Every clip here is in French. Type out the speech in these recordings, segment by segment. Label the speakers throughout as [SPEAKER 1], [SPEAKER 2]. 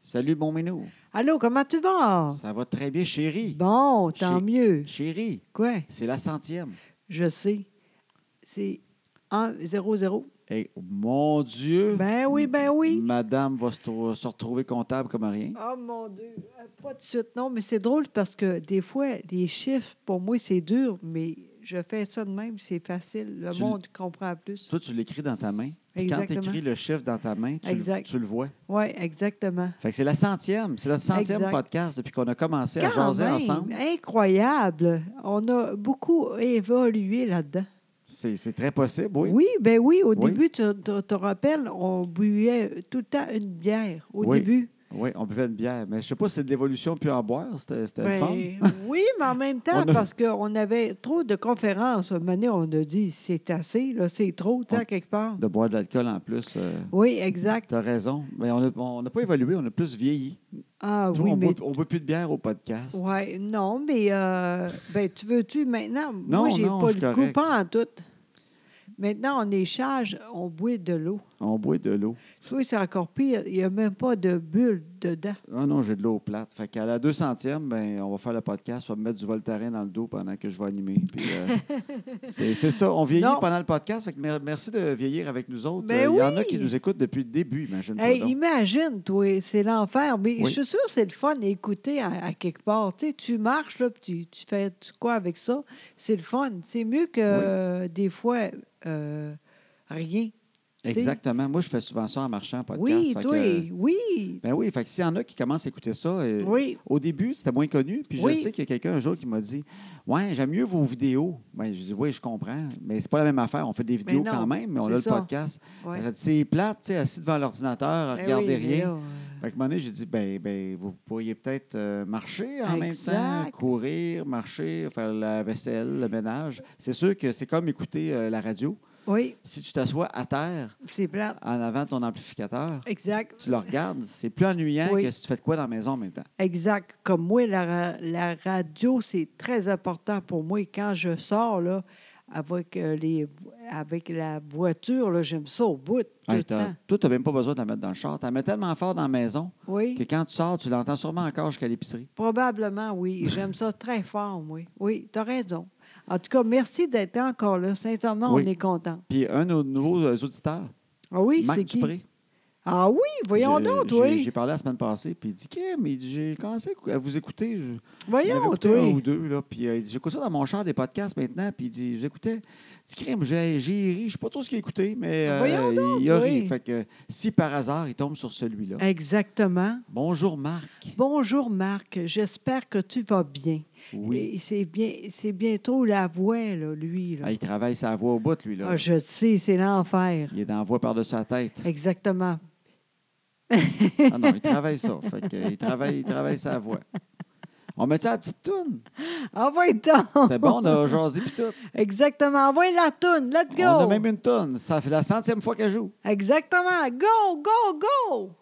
[SPEAKER 1] Salut, bon minou.
[SPEAKER 2] Allô, comment tu vas?
[SPEAKER 1] Ça va très bien, chérie.
[SPEAKER 2] Bon, tant
[SPEAKER 1] Chez-
[SPEAKER 2] mieux.
[SPEAKER 1] Chérie,
[SPEAKER 2] Quoi?
[SPEAKER 1] c'est la centième.
[SPEAKER 2] Je sais. C'est 1-0-0.
[SPEAKER 1] Hey, Eh, mon Dieu.
[SPEAKER 2] Ben oui, ben oui.
[SPEAKER 1] Madame va se, trou- se retrouver comptable comme rien.
[SPEAKER 2] Oh mon Dieu, Euh, pas de suite. Non, mais c'est drôle parce que des fois, les chiffres, pour moi, c'est dur, mais je fais ça de même, c'est facile. Le
[SPEAKER 1] Tu l-
[SPEAKER 2] monde comprend plus.
[SPEAKER 1] Toi, tu l'écris dans ta main. Puis quand tu
[SPEAKER 2] Exactement.
[SPEAKER 1] écris le chiffre dans ta main, tu, le-
[SPEAKER 2] Exact.
[SPEAKER 1] tu le vois.
[SPEAKER 2] Oui, exactement.
[SPEAKER 1] Fait que c'est la centième. C'est notre centième
[SPEAKER 2] Exact.
[SPEAKER 1] podcast depuis qu'on a commencé à
[SPEAKER 2] Quand
[SPEAKER 1] jaser
[SPEAKER 2] même,
[SPEAKER 1] ensemble.
[SPEAKER 2] incroyable. On a beaucoup évolué là-dedans.
[SPEAKER 1] C'est c'est très possible,
[SPEAKER 2] Oui.
[SPEAKER 1] oui.
[SPEAKER 2] ben oui, au
[SPEAKER 1] Oui.
[SPEAKER 2] début, tu tu- te rappelles, on buvait tout le temps une bière au
[SPEAKER 1] Oui.
[SPEAKER 2] début.
[SPEAKER 1] Oui, on buvait une bière. Mais je sais pas si c'est de l'évolution puis en boire. C'était c'était le fun.
[SPEAKER 2] Ben, oui, mais en même temps,
[SPEAKER 1] On a-
[SPEAKER 2] parce qu'on avait trop de conférences. Un moment donné, on a dit, c'est assez, là, c'est trop, tu sais,
[SPEAKER 1] On-
[SPEAKER 2] à quelque part.
[SPEAKER 1] De boire de l'alcool en plus. euh,
[SPEAKER 2] Oui, exact.
[SPEAKER 1] T'as raison. Mais on n'a on n'a pas évolué, on a plus vieilli.
[SPEAKER 2] Ah
[SPEAKER 1] Nous,
[SPEAKER 2] oui,
[SPEAKER 1] on
[SPEAKER 2] mais...
[SPEAKER 1] ne boit plus de bière au podcast.
[SPEAKER 2] Ouais, non, mais euh, ben, tu veux-tu maintenant? Moi,
[SPEAKER 1] Non,
[SPEAKER 2] j'ai
[SPEAKER 1] non,
[SPEAKER 2] pas
[SPEAKER 1] je suis
[SPEAKER 2] le coup,
[SPEAKER 1] correct.
[SPEAKER 2] pas en tout. Maintenant, on est charge, on boit de l'eau.
[SPEAKER 1] On boit de l'eau.
[SPEAKER 2] Tu vois, c'est encore pire, il n'y a même pas de bulle dedans.
[SPEAKER 1] Ah non, j'ai de l'eau plate. Fait qu'à la 200e, ben, on va faire le podcast. On va me mettre du Voltaren dans le dos pendant que je vais animer. Puis, euh, c'est c'est ça. On vieillit
[SPEAKER 2] Non.
[SPEAKER 1] pendant le podcast. Fait que mer- merci de vieillir avec nous autres. Euh,
[SPEAKER 2] Mais
[SPEAKER 1] Il y en a
[SPEAKER 2] oui!
[SPEAKER 1] qui nous écoutent depuis le début, imagine.
[SPEAKER 2] Hey, imagine, toi, c'est l'enfer. Mais
[SPEAKER 1] Oui.
[SPEAKER 2] je suis sûre que c'est le fun d'écouter à, à quelque part. Tu sais, tu marches, là, puis tu, tu fais tu- quoi avec ça? C'est le fun. C'est mieux que
[SPEAKER 1] Oui.
[SPEAKER 2] euh, des fois, euh, rien. tu sais.
[SPEAKER 1] Exactement. Moi, je fais souvent ça en marchant en podcast.
[SPEAKER 2] Oui,
[SPEAKER 1] Fait que,
[SPEAKER 2] toi,
[SPEAKER 1] euh,
[SPEAKER 2] oui.
[SPEAKER 1] ben oui, fait que s'il y en a qui commencent à écouter ça, euh,
[SPEAKER 2] Oui.
[SPEAKER 1] au début, c'était moins connu. Puis
[SPEAKER 2] Oui.
[SPEAKER 1] je sais qu'il y a quelqu'un un jour qui m'a dit Ouais, j'aime mieux vos vidéos. Ben, je dis Oui, je comprends. Mais c'est pas la même affaire. On fait des vidéos
[SPEAKER 2] non,
[SPEAKER 1] quand même, mais on
[SPEAKER 2] c'est
[SPEAKER 1] a le
[SPEAKER 2] ça.
[SPEAKER 1] podcast.
[SPEAKER 2] Ouais.
[SPEAKER 1] Elle a dit, C'est plate, tu sais, assis devant l'ordinateur, à
[SPEAKER 2] Ben
[SPEAKER 1] regarder
[SPEAKER 2] oui, mais
[SPEAKER 1] rien.
[SPEAKER 2] là, euh,
[SPEAKER 1] Fait que, à un moment donné, j'ai dit, ben, ben, vous pourriez peut-être euh, marcher en même temps,
[SPEAKER 2] Exact.
[SPEAKER 1] courir, marcher, faire la vaisselle, le ménage. C'est sûr que c'est comme écouter euh, la radio.
[SPEAKER 2] Oui,
[SPEAKER 1] Si tu t'assois à terre,
[SPEAKER 2] c'est plate.
[SPEAKER 1] en avant de ton amplificateur,
[SPEAKER 2] Exact.
[SPEAKER 1] tu le regardes, c'est plus ennuyant
[SPEAKER 2] Oui.
[SPEAKER 1] que si tu fais de quoi dans la maison en même temps.
[SPEAKER 2] Exact. Comme moi, la, ra- la radio, c'est très important pour moi. Et Quand je sors, là, avec, euh, les, avec la voiture, là, j'aime ça au bout. Tout
[SPEAKER 1] Hey,
[SPEAKER 2] le
[SPEAKER 1] t'as-
[SPEAKER 2] temps.
[SPEAKER 1] toi, tu n'as même pas besoin de la mettre dans le char. Tu la mets tellement fort dans la maison
[SPEAKER 2] Oui,
[SPEAKER 1] que quand tu sors, tu l'entends sûrement encore jusqu'à l'épicerie.
[SPEAKER 2] probablement, oui. J'aime ça très fort, oui. Oui, tu as raison. En tout cas, merci d'être encore là. Sincèrement,
[SPEAKER 1] Oui.
[SPEAKER 2] on est content.
[SPEAKER 1] Puis un de nos nouveaux euh, auditeurs,
[SPEAKER 2] Ah oui,
[SPEAKER 1] Marc
[SPEAKER 2] c'est qui?
[SPEAKER 1] Dupré.
[SPEAKER 2] Ah oui, voyons
[SPEAKER 1] Je-
[SPEAKER 2] donc,
[SPEAKER 1] j'ai-
[SPEAKER 2] toi.
[SPEAKER 1] J'ai parlé la semaine passée, puis il dit Crème, mais j'ai commencé à cou- à vous écouter. Je, on avait
[SPEAKER 2] Voyons,
[SPEAKER 1] écouté un
[SPEAKER 2] toi.
[SPEAKER 1] ou deux, là, puis euh, il dit J'écoute ça dans mon char des podcasts maintenant, puis il dit J'écoutais. Il dit Crème, j'ai j'ai ri, je ne sais pas trop ce qu'il a écouté, mais euh,
[SPEAKER 2] Voyons donc,
[SPEAKER 1] il a ri.
[SPEAKER 2] oui. Hein?
[SPEAKER 1] Fait que si par hasard il tombe sur celui-là.
[SPEAKER 2] Exactement.
[SPEAKER 1] Bonjour Marc.
[SPEAKER 2] Bonjour, Marc. J'espère que tu vas bien.
[SPEAKER 1] Oui.
[SPEAKER 2] Et C'est bien, c'est bientôt la voix, là, lui. là.
[SPEAKER 1] Ah, il travaille sa voix au bout, lui, là.
[SPEAKER 2] Ah, je sais, c'est l'enfer.
[SPEAKER 1] Il est dans la voix par-dessus la tête.
[SPEAKER 2] Exactement.
[SPEAKER 1] Ah non, il travaille ça. Fait que, euh, il, travaille, il travaille sa voix. On met ça à la petite toune.
[SPEAKER 2] Envoie-t'en.
[SPEAKER 1] C'était bon, on a jasé puis tout.
[SPEAKER 2] Exactement. Envoie la toune. Let's
[SPEAKER 1] On a
[SPEAKER 2] go.
[SPEAKER 1] même une toune. Ça fait la centième fois qu'elle joue.
[SPEAKER 2] Exactement. Go, go, go.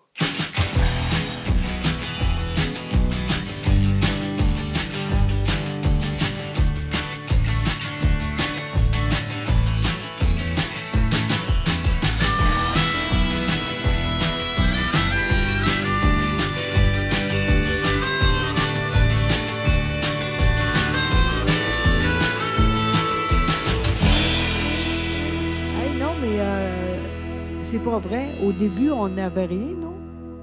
[SPEAKER 2] Hey, non, mais euh, c'est pas vrai. Au début, on n'avait rien, non?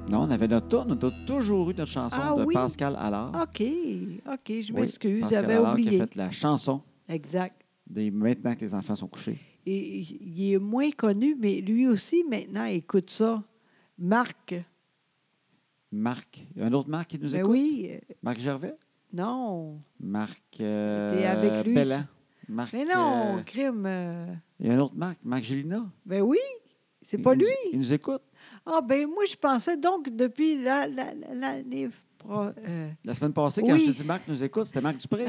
[SPEAKER 1] Non, on avait notre tourne, on a toujours eu notre chanson
[SPEAKER 2] Ah
[SPEAKER 1] de
[SPEAKER 2] oui.
[SPEAKER 1] Pascal Allard.
[SPEAKER 2] OK. OK. Je
[SPEAKER 1] Oui,
[SPEAKER 2] m'excuse.
[SPEAKER 1] Pascal
[SPEAKER 2] J'avais
[SPEAKER 1] Allard qui
[SPEAKER 2] oublié.
[SPEAKER 1] a fait la chanson
[SPEAKER 2] Exact.
[SPEAKER 1] des Maintenant que les enfants sont couchés.
[SPEAKER 2] Et il est moins connu, mais lui aussi, maintenant, écoute ça. Marc.
[SPEAKER 1] Marc. Il y a un autre Marc qui nous
[SPEAKER 2] Ben
[SPEAKER 1] écoute.
[SPEAKER 2] oui. euh,
[SPEAKER 1] Marc Gervais?
[SPEAKER 2] Non.
[SPEAKER 1] Marc euh,
[SPEAKER 2] T'es avec lui,
[SPEAKER 1] Bellan. Marc,
[SPEAKER 2] Mais non,
[SPEAKER 1] euh,
[SPEAKER 2] crime. euh,
[SPEAKER 1] il y a un autre Marc, Marc Gélina.
[SPEAKER 2] Ben oui, c'est pas
[SPEAKER 1] Il nous-
[SPEAKER 2] lui.
[SPEAKER 1] Il nous écoute.
[SPEAKER 2] Ah, ben moi, je pensais donc depuis la. la, la- la- les pro- euh,
[SPEAKER 1] La semaine passée, quand
[SPEAKER 2] Oui.
[SPEAKER 1] je te dis Marc nous écoute, c'était Marc Dupré.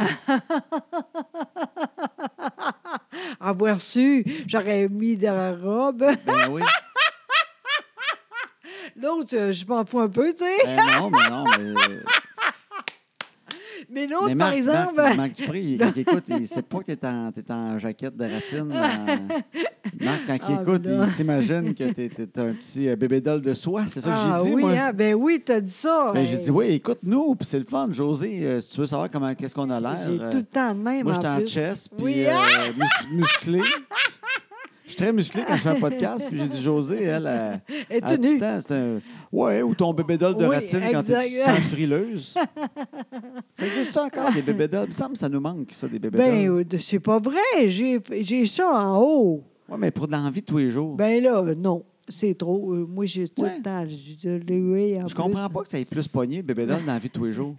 [SPEAKER 2] avoir su, j'aurais mis dans la robe.
[SPEAKER 1] ben oui.
[SPEAKER 2] L'autre, euh, je m'en fous un peu, tu sais.
[SPEAKER 1] Ben non, mais non, mais.
[SPEAKER 2] Mais l'autre, par
[SPEAKER 1] Marc-
[SPEAKER 2] exemple.
[SPEAKER 1] Marc, Marc Dupré, il- quand il écoute, il ne sait pas que tu es, en jaquette de ratine. euh, Marc, quand il
[SPEAKER 2] Ah,
[SPEAKER 1] écoute,
[SPEAKER 2] là.
[SPEAKER 1] il s'imagine que tu es, un petit euh, bébé doll de soie. C'est ça que
[SPEAKER 2] ah,
[SPEAKER 1] j'ai dit,
[SPEAKER 2] oui,
[SPEAKER 1] moi.
[SPEAKER 2] hein, ben oui, t'as dit ça.
[SPEAKER 1] Ben,
[SPEAKER 2] Hey,
[SPEAKER 1] j'ai dit, oui, écoute-nous, puis c'est le fun. José, euh, si tu veux savoir comment, qu'est-ce qu'on a l'air.
[SPEAKER 2] J'ai
[SPEAKER 1] euh,
[SPEAKER 2] tout le temps de même.
[SPEAKER 1] moi, j'étais en
[SPEAKER 2] plus.
[SPEAKER 1] chess, puis
[SPEAKER 2] Oui,
[SPEAKER 1] euh, mus- musclé. Je suis très musclé quand je fais un podcast, puis j'ai dit, José, elle. euh,
[SPEAKER 2] Et
[SPEAKER 1] ah,
[SPEAKER 2] tout nu.
[SPEAKER 1] tout le temps, c'est un- Ouais, ou ton bébé doll de
[SPEAKER 2] Oui,
[SPEAKER 1] ratine quand tu te
[SPEAKER 2] exact.
[SPEAKER 1] sens frileuse. ça existe encore, des bébés dolls? Il me semble que ça nous manque, ça, des bébés
[SPEAKER 2] Ben,
[SPEAKER 1] dolls.
[SPEAKER 2] euh, c'est pas vrai. J'ai j'ai ça en haut.
[SPEAKER 1] Oui, mais pour de l'envie de tous les jours.
[SPEAKER 2] Ben là, euh, non, c'est trop. Euh, Moi, j'ai tout
[SPEAKER 1] Ouais.
[SPEAKER 2] le temps. j'ai dit, oui, en
[SPEAKER 1] je comprends
[SPEAKER 2] plus.
[SPEAKER 1] pas que ça ait plus pogné, bébé doll, dans la vie de tous les jours.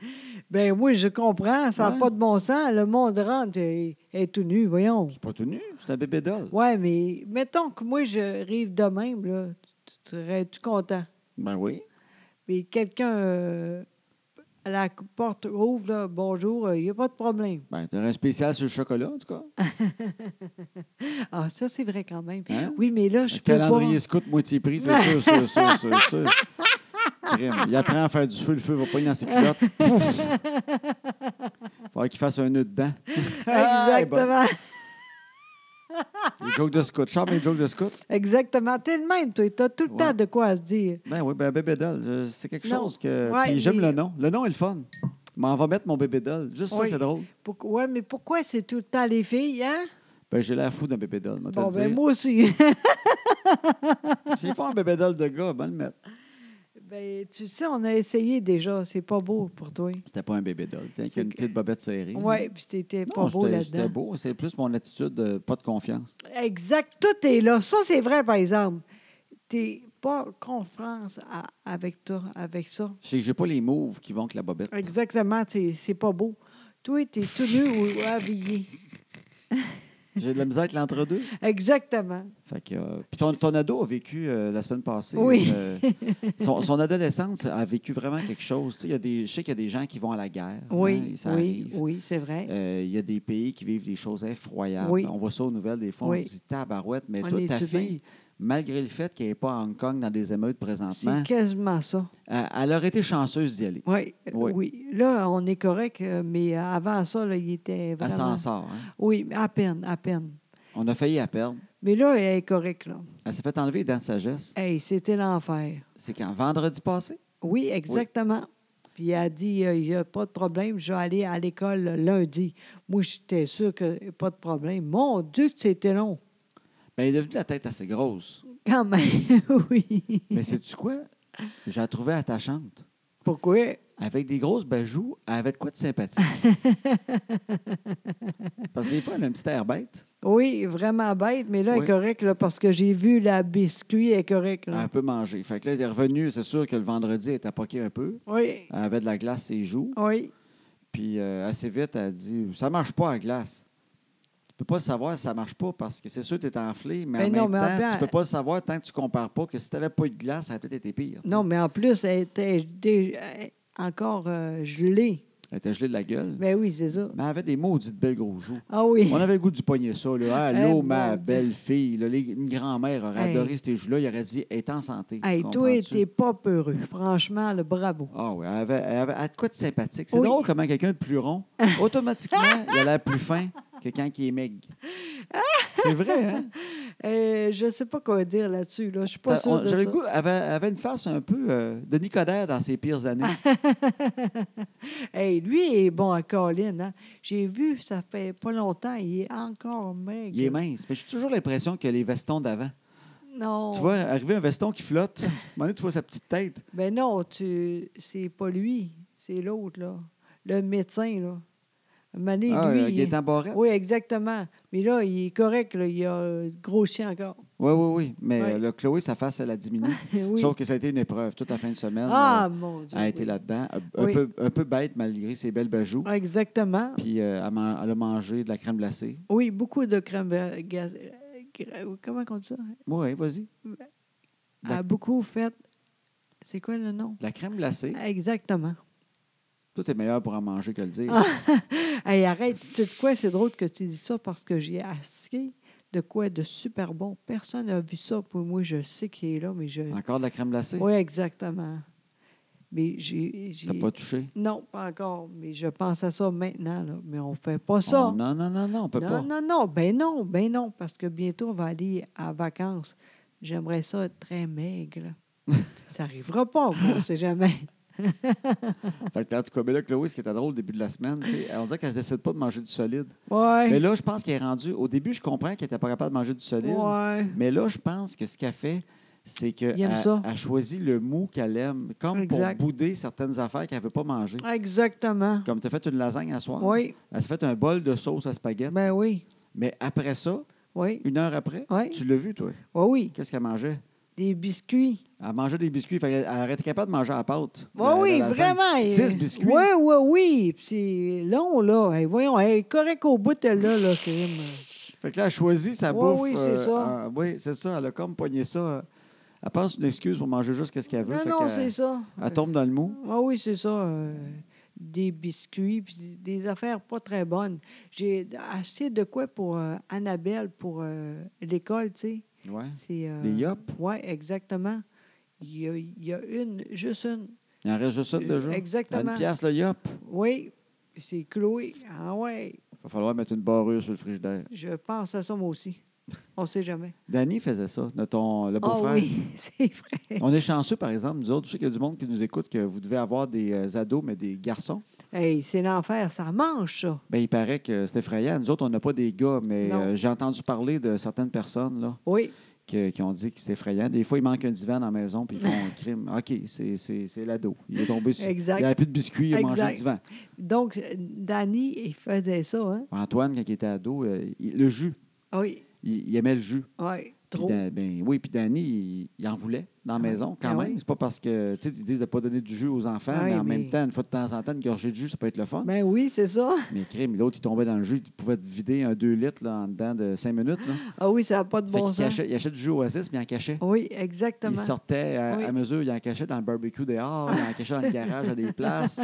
[SPEAKER 2] Ben oui, je comprends. Ça n'a
[SPEAKER 1] Ouais.
[SPEAKER 2] pas de bon sens. Le monde rentre et est tout nu, voyons.
[SPEAKER 1] C'est pas tout nu, c'est un bébé doll.
[SPEAKER 2] Ouais, mais mettons que moi, je rive de même, là. Tu- tu Serais-tu content?
[SPEAKER 1] Ben oui.
[SPEAKER 2] Mais quelqu'un euh, à la porte ouvre, là, bonjour, il n'y a pas de problème.
[SPEAKER 1] Ben, t'aurais un spécial sur le chocolat, en tout cas.
[SPEAKER 2] Ah, ça, c'est vrai quand même.
[SPEAKER 1] Hein?
[SPEAKER 2] Oui, mais là,
[SPEAKER 1] Un
[SPEAKER 2] je peux pas.
[SPEAKER 1] calendrier scout moitié prix, c'est sûr, sûr, sûr, sûr, sûr. Crime. Il apprend à faire du feu, le feu va pas dans ses culottes. Pouf! Faudrait qu'il fasse un nœud dedans. Ah, bon.
[SPEAKER 2] Exactement.
[SPEAKER 1] Les jokes de scout. Charles, les jokes de scout.
[SPEAKER 2] Exactement. T'es le même, toi. T'as tout le
[SPEAKER 1] Ouais.
[SPEAKER 2] temps de quoi se dire.
[SPEAKER 1] Ben oui, ben bébé doll, je- c'est quelque
[SPEAKER 2] Non.
[SPEAKER 1] chose que.
[SPEAKER 2] Ouais,
[SPEAKER 1] Puis j'aime le
[SPEAKER 2] mais-
[SPEAKER 1] nom. Le nom est le fun. M'en va mettre mon bébé doll. Juste
[SPEAKER 2] Oui.
[SPEAKER 1] ça, c'est drôle.
[SPEAKER 2] Pourquoi- ouais, mais pourquoi c'est tout le temps les filles, hein?
[SPEAKER 1] Ben j'ai l'air fou d'un bébé doll, moi, te
[SPEAKER 2] Bon,
[SPEAKER 1] le
[SPEAKER 2] ben
[SPEAKER 1] dire.
[SPEAKER 2] moi aussi.
[SPEAKER 1] S'il faut un bébé doll de gars, ben le mettre.
[SPEAKER 2] ben, tu sais, on a essayé déjà. C'est pas beau pour toi.
[SPEAKER 1] C'était pas un bébé doll. C'était
[SPEAKER 2] C'est
[SPEAKER 1] une
[SPEAKER 2] que-
[SPEAKER 1] petite bobette serrée.
[SPEAKER 2] Oui, puis t'étais
[SPEAKER 1] Non,
[SPEAKER 2] pas beau
[SPEAKER 1] c'était- C'était
[SPEAKER 2] là-dedans.
[SPEAKER 1] beau. C'est plus mon attitude de pas de confiance.
[SPEAKER 2] Exact. Tout est là. Ça, c'est vrai, par exemple. T'es pas confiance à- avec toi, avec ça.
[SPEAKER 1] Je sais que j'ai pas les moves qui vont avec la bobette.
[SPEAKER 2] Exactement. t'es- C'est pas beau. Toi, t'es tout nu ou ou habillé.
[SPEAKER 1] J'ai de la misère avec l'entre-deux.
[SPEAKER 2] Exactement.
[SPEAKER 1] Fait que, euh, puis ton, ton ado a vécu euh, la semaine passée.
[SPEAKER 2] Oui.
[SPEAKER 1] euh, son, son adolescence a vécu vraiment quelque chose. Tu sais, il y a des, je sais qu'il y a des gens qui vont à la guerre. hein,
[SPEAKER 2] Oui,
[SPEAKER 1] et ça
[SPEAKER 2] oui,
[SPEAKER 1] arrive.
[SPEAKER 2] oui, c'est vrai.
[SPEAKER 1] Euh, Il y a des pays qui vivent des choses effroyables.
[SPEAKER 2] Oui.
[SPEAKER 1] On voit ça aux nouvelles des fois. On
[SPEAKER 2] Oui.
[SPEAKER 1] se dit tabarouette, mais
[SPEAKER 2] On
[SPEAKER 1] toi,
[SPEAKER 2] est
[SPEAKER 1] ta
[SPEAKER 2] humain.
[SPEAKER 1] fille, malgré le fait qu'elle n'est pas à Hong Kong dans des émeutes présentement,
[SPEAKER 2] C'est quasiment ça.
[SPEAKER 1] euh, elle aurait été chanceuse d'y aller.
[SPEAKER 2] hein? Oui, euh,
[SPEAKER 1] Oui.
[SPEAKER 2] oui, Là, on est correct, euh, mais avant ça, là, il était
[SPEAKER 1] Elle
[SPEAKER 2] vraiment...
[SPEAKER 1] s'en sort. hein.
[SPEAKER 2] Oui, à peine, à peine.
[SPEAKER 1] On a failli la perdre.
[SPEAKER 2] Mais là, elle est correcte, là.
[SPEAKER 1] Elle s'est fait enlever les dents de sagesse.
[SPEAKER 2] Hey, c'était l'enfer.
[SPEAKER 1] C'est quand? Vendredi passé?
[SPEAKER 2] Oui, exactement. Puis elle a dit, euh, il n'y a pas de problème, je vais aller à l'école lundi. Moi, j'étais sûre que pas de problème. Mon Dieu, que c'était long.
[SPEAKER 1] Ben, elle est devenue la tête assez grosse.
[SPEAKER 2] Quand même, oui.
[SPEAKER 1] Mais sais-tu quoi? Je la trouvais attachante.
[SPEAKER 2] Pourquoi?
[SPEAKER 1] Avec des grosses bajoux, elle avait de quoi de sympathique. Parce que des fois, elle a un petit air bête.
[SPEAKER 2] Oui, vraiment bête, mais là, elle
[SPEAKER 1] Oui.
[SPEAKER 2] est correcte, là, parce que j'ai vu la biscuit, elle est correcte, là.
[SPEAKER 1] Elle peut manger. Fait que là, elle est revenue. C'est sûr que le vendredi, elle était poquée un peu.
[SPEAKER 2] Oui,
[SPEAKER 1] Elle avait de la glace ses joues.
[SPEAKER 2] oui.
[SPEAKER 1] Puis euh, assez vite, elle a dit Ça marche pas à glace. Tu peux pas le savoir si ça marche pas parce que c'est sûr que tu es enflé, mais
[SPEAKER 2] Ben
[SPEAKER 1] en
[SPEAKER 2] non,
[SPEAKER 1] même
[SPEAKER 2] mais en
[SPEAKER 1] temps,
[SPEAKER 2] fait,
[SPEAKER 1] tu peux pas le savoir tant que tu compares pas que si tu n'avais pas eu de glace, ça aurait peut-être été pire. tu sais.
[SPEAKER 2] Non, mais en plus, elle était dé- euh, encore euh, gelée.
[SPEAKER 1] Elle était gelée de la gueule.
[SPEAKER 2] Ben oui, c'est ça.
[SPEAKER 1] Mais elle avait des maudites belles gros joues.
[SPEAKER 2] Ah oui.
[SPEAKER 1] On avait le goût du poignet ça. Là.
[SPEAKER 2] Eh,
[SPEAKER 1] Allô,
[SPEAKER 2] mon
[SPEAKER 1] ma
[SPEAKER 2] Dieu.
[SPEAKER 1] belle fille. là. Les- une grand-mère aurait
[SPEAKER 2] Hey.
[SPEAKER 1] adoré ces joues-là. Il aurait dit est en santé.
[SPEAKER 2] Hey, toi,
[SPEAKER 1] Comprends-tu?
[SPEAKER 2] t'es pas peureux. Franchement, le bravo.
[SPEAKER 1] Ah oui, elle avait, elle avait- elle a de quoi de sympathique. C'est
[SPEAKER 2] Oui.
[SPEAKER 1] drôle comment quelqu'un de plus rond, automatiquement, il a l'air plus fin que quand il est maigre.
[SPEAKER 2] Ah!
[SPEAKER 1] C'est vrai, hein?
[SPEAKER 2] Euh, je sais pas quoi dire là-dessus. Là. Je suis pas
[SPEAKER 1] T'as- on-
[SPEAKER 2] sûre de ça.
[SPEAKER 1] J'avais le goût, elle avait, elle avait une face un peu euh, de Nicodère dans ses pires années.
[SPEAKER 2] Ah, Hey, lui il est bon à Colin. Hein? J'ai vu, ça fait pas longtemps, il est encore maigre.
[SPEAKER 1] Il est mince, mais j'ai toujours l'impression que les vestons d'avant.
[SPEAKER 2] Non.
[SPEAKER 1] Tu vois, arriver un veston qui flotte, à un moment donné, tu vois sa petite tête.
[SPEAKER 2] Ben non, tu... c'est pas lui, c'est l'autre, là. Le médecin, là. À un moment donné,
[SPEAKER 1] Ah,
[SPEAKER 2] lui.
[SPEAKER 1] euh,
[SPEAKER 2] il-
[SPEAKER 1] Gaétan Barrette.
[SPEAKER 2] Oui, exactement. Mais là, il est correct, là. il a euh, grossi encore.
[SPEAKER 1] Oui, oui, oui. Mais
[SPEAKER 2] Ouais.
[SPEAKER 1] euh, le Chloé, sa face, elle a diminué.
[SPEAKER 2] Eh oui.
[SPEAKER 1] Sauf que ça a été une épreuve. Toute la fin de semaine,
[SPEAKER 2] Ah,
[SPEAKER 1] euh,
[SPEAKER 2] mon Dieu.
[SPEAKER 1] elle a été
[SPEAKER 2] oui.
[SPEAKER 1] là-dedans. Un, un
[SPEAKER 2] Oui.
[SPEAKER 1] peu, un peu bête malgré ses belles bajoux.
[SPEAKER 2] Ah, Exactement.
[SPEAKER 1] Puis euh, elle, man- elle a mangé de la crème glacée.
[SPEAKER 2] Oui, beaucoup de crème. euh, ga- euh, gra- Comment on dit ça?
[SPEAKER 1] Oui, vas-y. La-
[SPEAKER 2] A beaucoup fait. C'est quoi le nom?
[SPEAKER 1] De la crème glacée.
[SPEAKER 2] Exactement.
[SPEAKER 1] Tout est meilleur pour en manger que le dire.
[SPEAKER 2] Ah. Hey, arrête. Tu sais de quoi? C'est drôle que tu dis ça parce que j'ai acheté de quoi de super bon. Personne n'a vu ça. Pour moi, je sais qu'il est là, mais je.
[SPEAKER 1] Encore de la crème glacée?
[SPEAKER 2] Oui, exactement. Mais j'ai. j'ai-
[SPEAKER 1] T'as pas touché?
[SPEAKER 2] Non, pas encore. Mais je pense à ça maintenant. là. Mais on ne fait pas ça.
[SPEAKER 1] Oh, non, non, non, non, on peut
[SPEAKER 2] non,
[SPEAKER 1] pas.
[SPEAKER 2] non, non. Ben non, ben non. Parce que bientôt, on va aller en vacances. J'aimerais ça être très maigre. ça n'arrivera pas, mais on ne sait jamais.
[SPEAKER 1] Fait que, en tout cas, mais là, Chloé, ce qui était drôle au début de la semaine, tu sais, euh, on dirait qu'elle se décide pas de manger du solide. Mais
[SPEAKER 2] Ouais.
[SPEAKER 1] là, je pense qu'elle est rendue. Au début, je comprends qu'elle n'était pas capable de manger du solide.
[SPEAKER 2] ouais.
[SPEAKER 1] Mais là, je pense que ce qu'elle fait, c'est qu'elle
[SPEAKER 2] Il aime ça.
[SPEAKER 1] a choisi le mou qu'elle aime, comme
[SPEAKER 2] Exact.
[SPEAKER 1] pour bouder certaines affaires qu'elle ne veut pas manger.
[SPEAKER 2] Exactement.
[SPEAKER 1] Comme tu as fait une lasagne à soir,
[SPEAKER 2] Oui.
[SPEAKER 1] elle s'est fait un bol de sauce à spaghette.
[SPEAKER 2] Ben oui.
[SPEAKER 1] Mais après ça,
[SPEAKER 2] Oui.
[SPEAKER 1] une heure après,
[SPEAKER 2] Oui.
[SPEAKER 1] tu l'as vu, toi.
[SPEAKER 2] Oui, oui.
[SPEAKER 1] Qu'est-ce qu'elle mangeait?
[SPEAKER 2] Des biscuits.
[SPEAKER 1] Elle mangeait des biscuits. Fait qu'elle- elle aurait été capable de manger à la pâte.
[SPEAKER 2] Oui,
[SPEAKER 1] la- la
[SPEAKER 2] oui,
[SPEAKER 1] lasagne.
[SPEAKER 2] vraiment. elle-
[SPEAKER 1] Six biscuits.
[SPEAKER 2] Oui, oui, oui. Puis c'est long, là. Hey, voyons, elle est correcte au bout, elle, là, là, quand même.
[SPEAKER 1] Fait que là, elle choisit sa
[SPEAKER 2] Oui,
[SPEAKER 1] bouffe. euh,
[SPEAKER 2] oui, c'est ça.
[SPEAKER 1] en- oui, c'est ça. Elle a comme poigné ça. euh, Elle pense une excuse pour manger juste ce qu'elle veut.
[SPEAKER 2] Non,
[SPEAKER 1] Fait
[SPEAKER 2] non,
[SPEAKER 1] qu'elle-
[SPEAKER 2] c'est ça.
[SPEAKER 1] Elle tombe dans le mou.
[SPEAKER 2] Ah oui, c'est ça. euh, des biscuits, puis des affaires pas très bonnes. J'ai acheté de quoi pour euh, Annabelle, pour euh, l'école, tu sais.
[SPEAKER 1] Ouais.
[SPEAKER 2] C'est, euh,
[SPEAKER 1] Des yops?
[SPEAKER 2] Oui, exactement. Il y, a, il y a une, juste une. Euh,
[SPEAKER 1] Il en reste juste ça déjà. À
[SPEAKER 2] Exactement.
[SPEAKER 1] Une pièce, le yop.
[SPEAKER 2] Oui, c'est Chloé. Ah ouais,
[SPEAKER 1] va falloir mettre une barrure sur le frigidaire.
[SPEAKER 2] je pense à ça moi aussi. On sait jamais.
[SPEAKER 1] Danny faisait ça, notre- ton, le
[SPEAKER 2] Ah
[SPEAKER 1] beau-frère.
[SPEAKER 2] oui, c'est vrai.
[SPEAKER 1] On est chanceux, par exemple, nous autres. Je sais qu'il y a du monde qui nous écoute que vous devez avoir des euh, ados, mais des garçons.
[SPEAKER 2] Hey, c'est l'enfer, ça mange ça.
[SPEAKER 1] Bien, Ben, il paraît que c'est effrayant. Nous autres, on n'a pas des gars, mais
[SPEAKER 2] Non.
[SPEAKER 1] euh, j'ai entendu parler de certaines personnes là,
[SPEAKER 2] Oui,
[SPEAKER 1] que- qui ont dit que c'est effrayant. Des fois, il manque un divan dans la maison, puis ils font un crime. OK, c'est- c'est c'est l'ado. Il est tombé sur.
[SPEAKER 2] Exact.
[SPEAKER 1] Il n'y avait plus de biscuits, il a mangé le
[SPEAKER 2] Exact.
[SPEAKER 1] divan.
[SPEAKER 2] donc Danny, il faisait ça, hein? Ah
[SPEAKER 1] Antoine, quand il était ado, euh, il- le jus.
[SPEAKER 2] Oui,
[SPEAKER 1] Il- il aimait le jus.
[SPEAKER 2] oui,
[SPEAKER 1] Puis
[SPEAKER 2] trop.
[SPEAKER 1] Dan- ben oui, puis Danny, il, il en voulait dans la
[SPEAKER 2] Ah ouais.
[SPEAKER 1] maison quand
[SPEAKER 2] Ah
[SPEAKER 1] même.
[SPEAKER 2] ouais.
[SPEAKER 1] C'est pas parce que, tu sais, ils disent de ne pas donner du jus aux enfants,
[SPEAKER 2] Ah
[SPEAKER 1] mais
[SPEAKER 2] oui,
[SPEAKER 1] en même
[SPEAKER 2] mais-
[SPEAKER 1] temps, une fois de temps en temps, une gorgée de jus, ça peut être le fun.
[SPEAKER 2] Ben oui, c'est ça.
[SPEAKER 1] Mais crime, l'autre, il tombait dans le jus, il pouvait te vider un 2 litres là, en dedans de 5 minutes. Là.
[SPEAKER 2] Ah oui, ça n'a pas de
[SPEAKER 1] Fait
[SPEAKER 2] bon
[SPEAKER 1] qu'il
[SPEAKER 2] sens.
[SPEAKER 1] cachait- il achetait du jus au Oasis, mais il en cachait.
[SPEAKER 2] Oui,
[SPEAKER 1] Il
[SPEAKER 2] exactement.
[SPEAKER 1] sortait à,
[SPEAKER 2] Oui.
[SPEAKER 1] à mesure, il en cachait dans le barbecue dehors, il en cachait dans le garage à des places.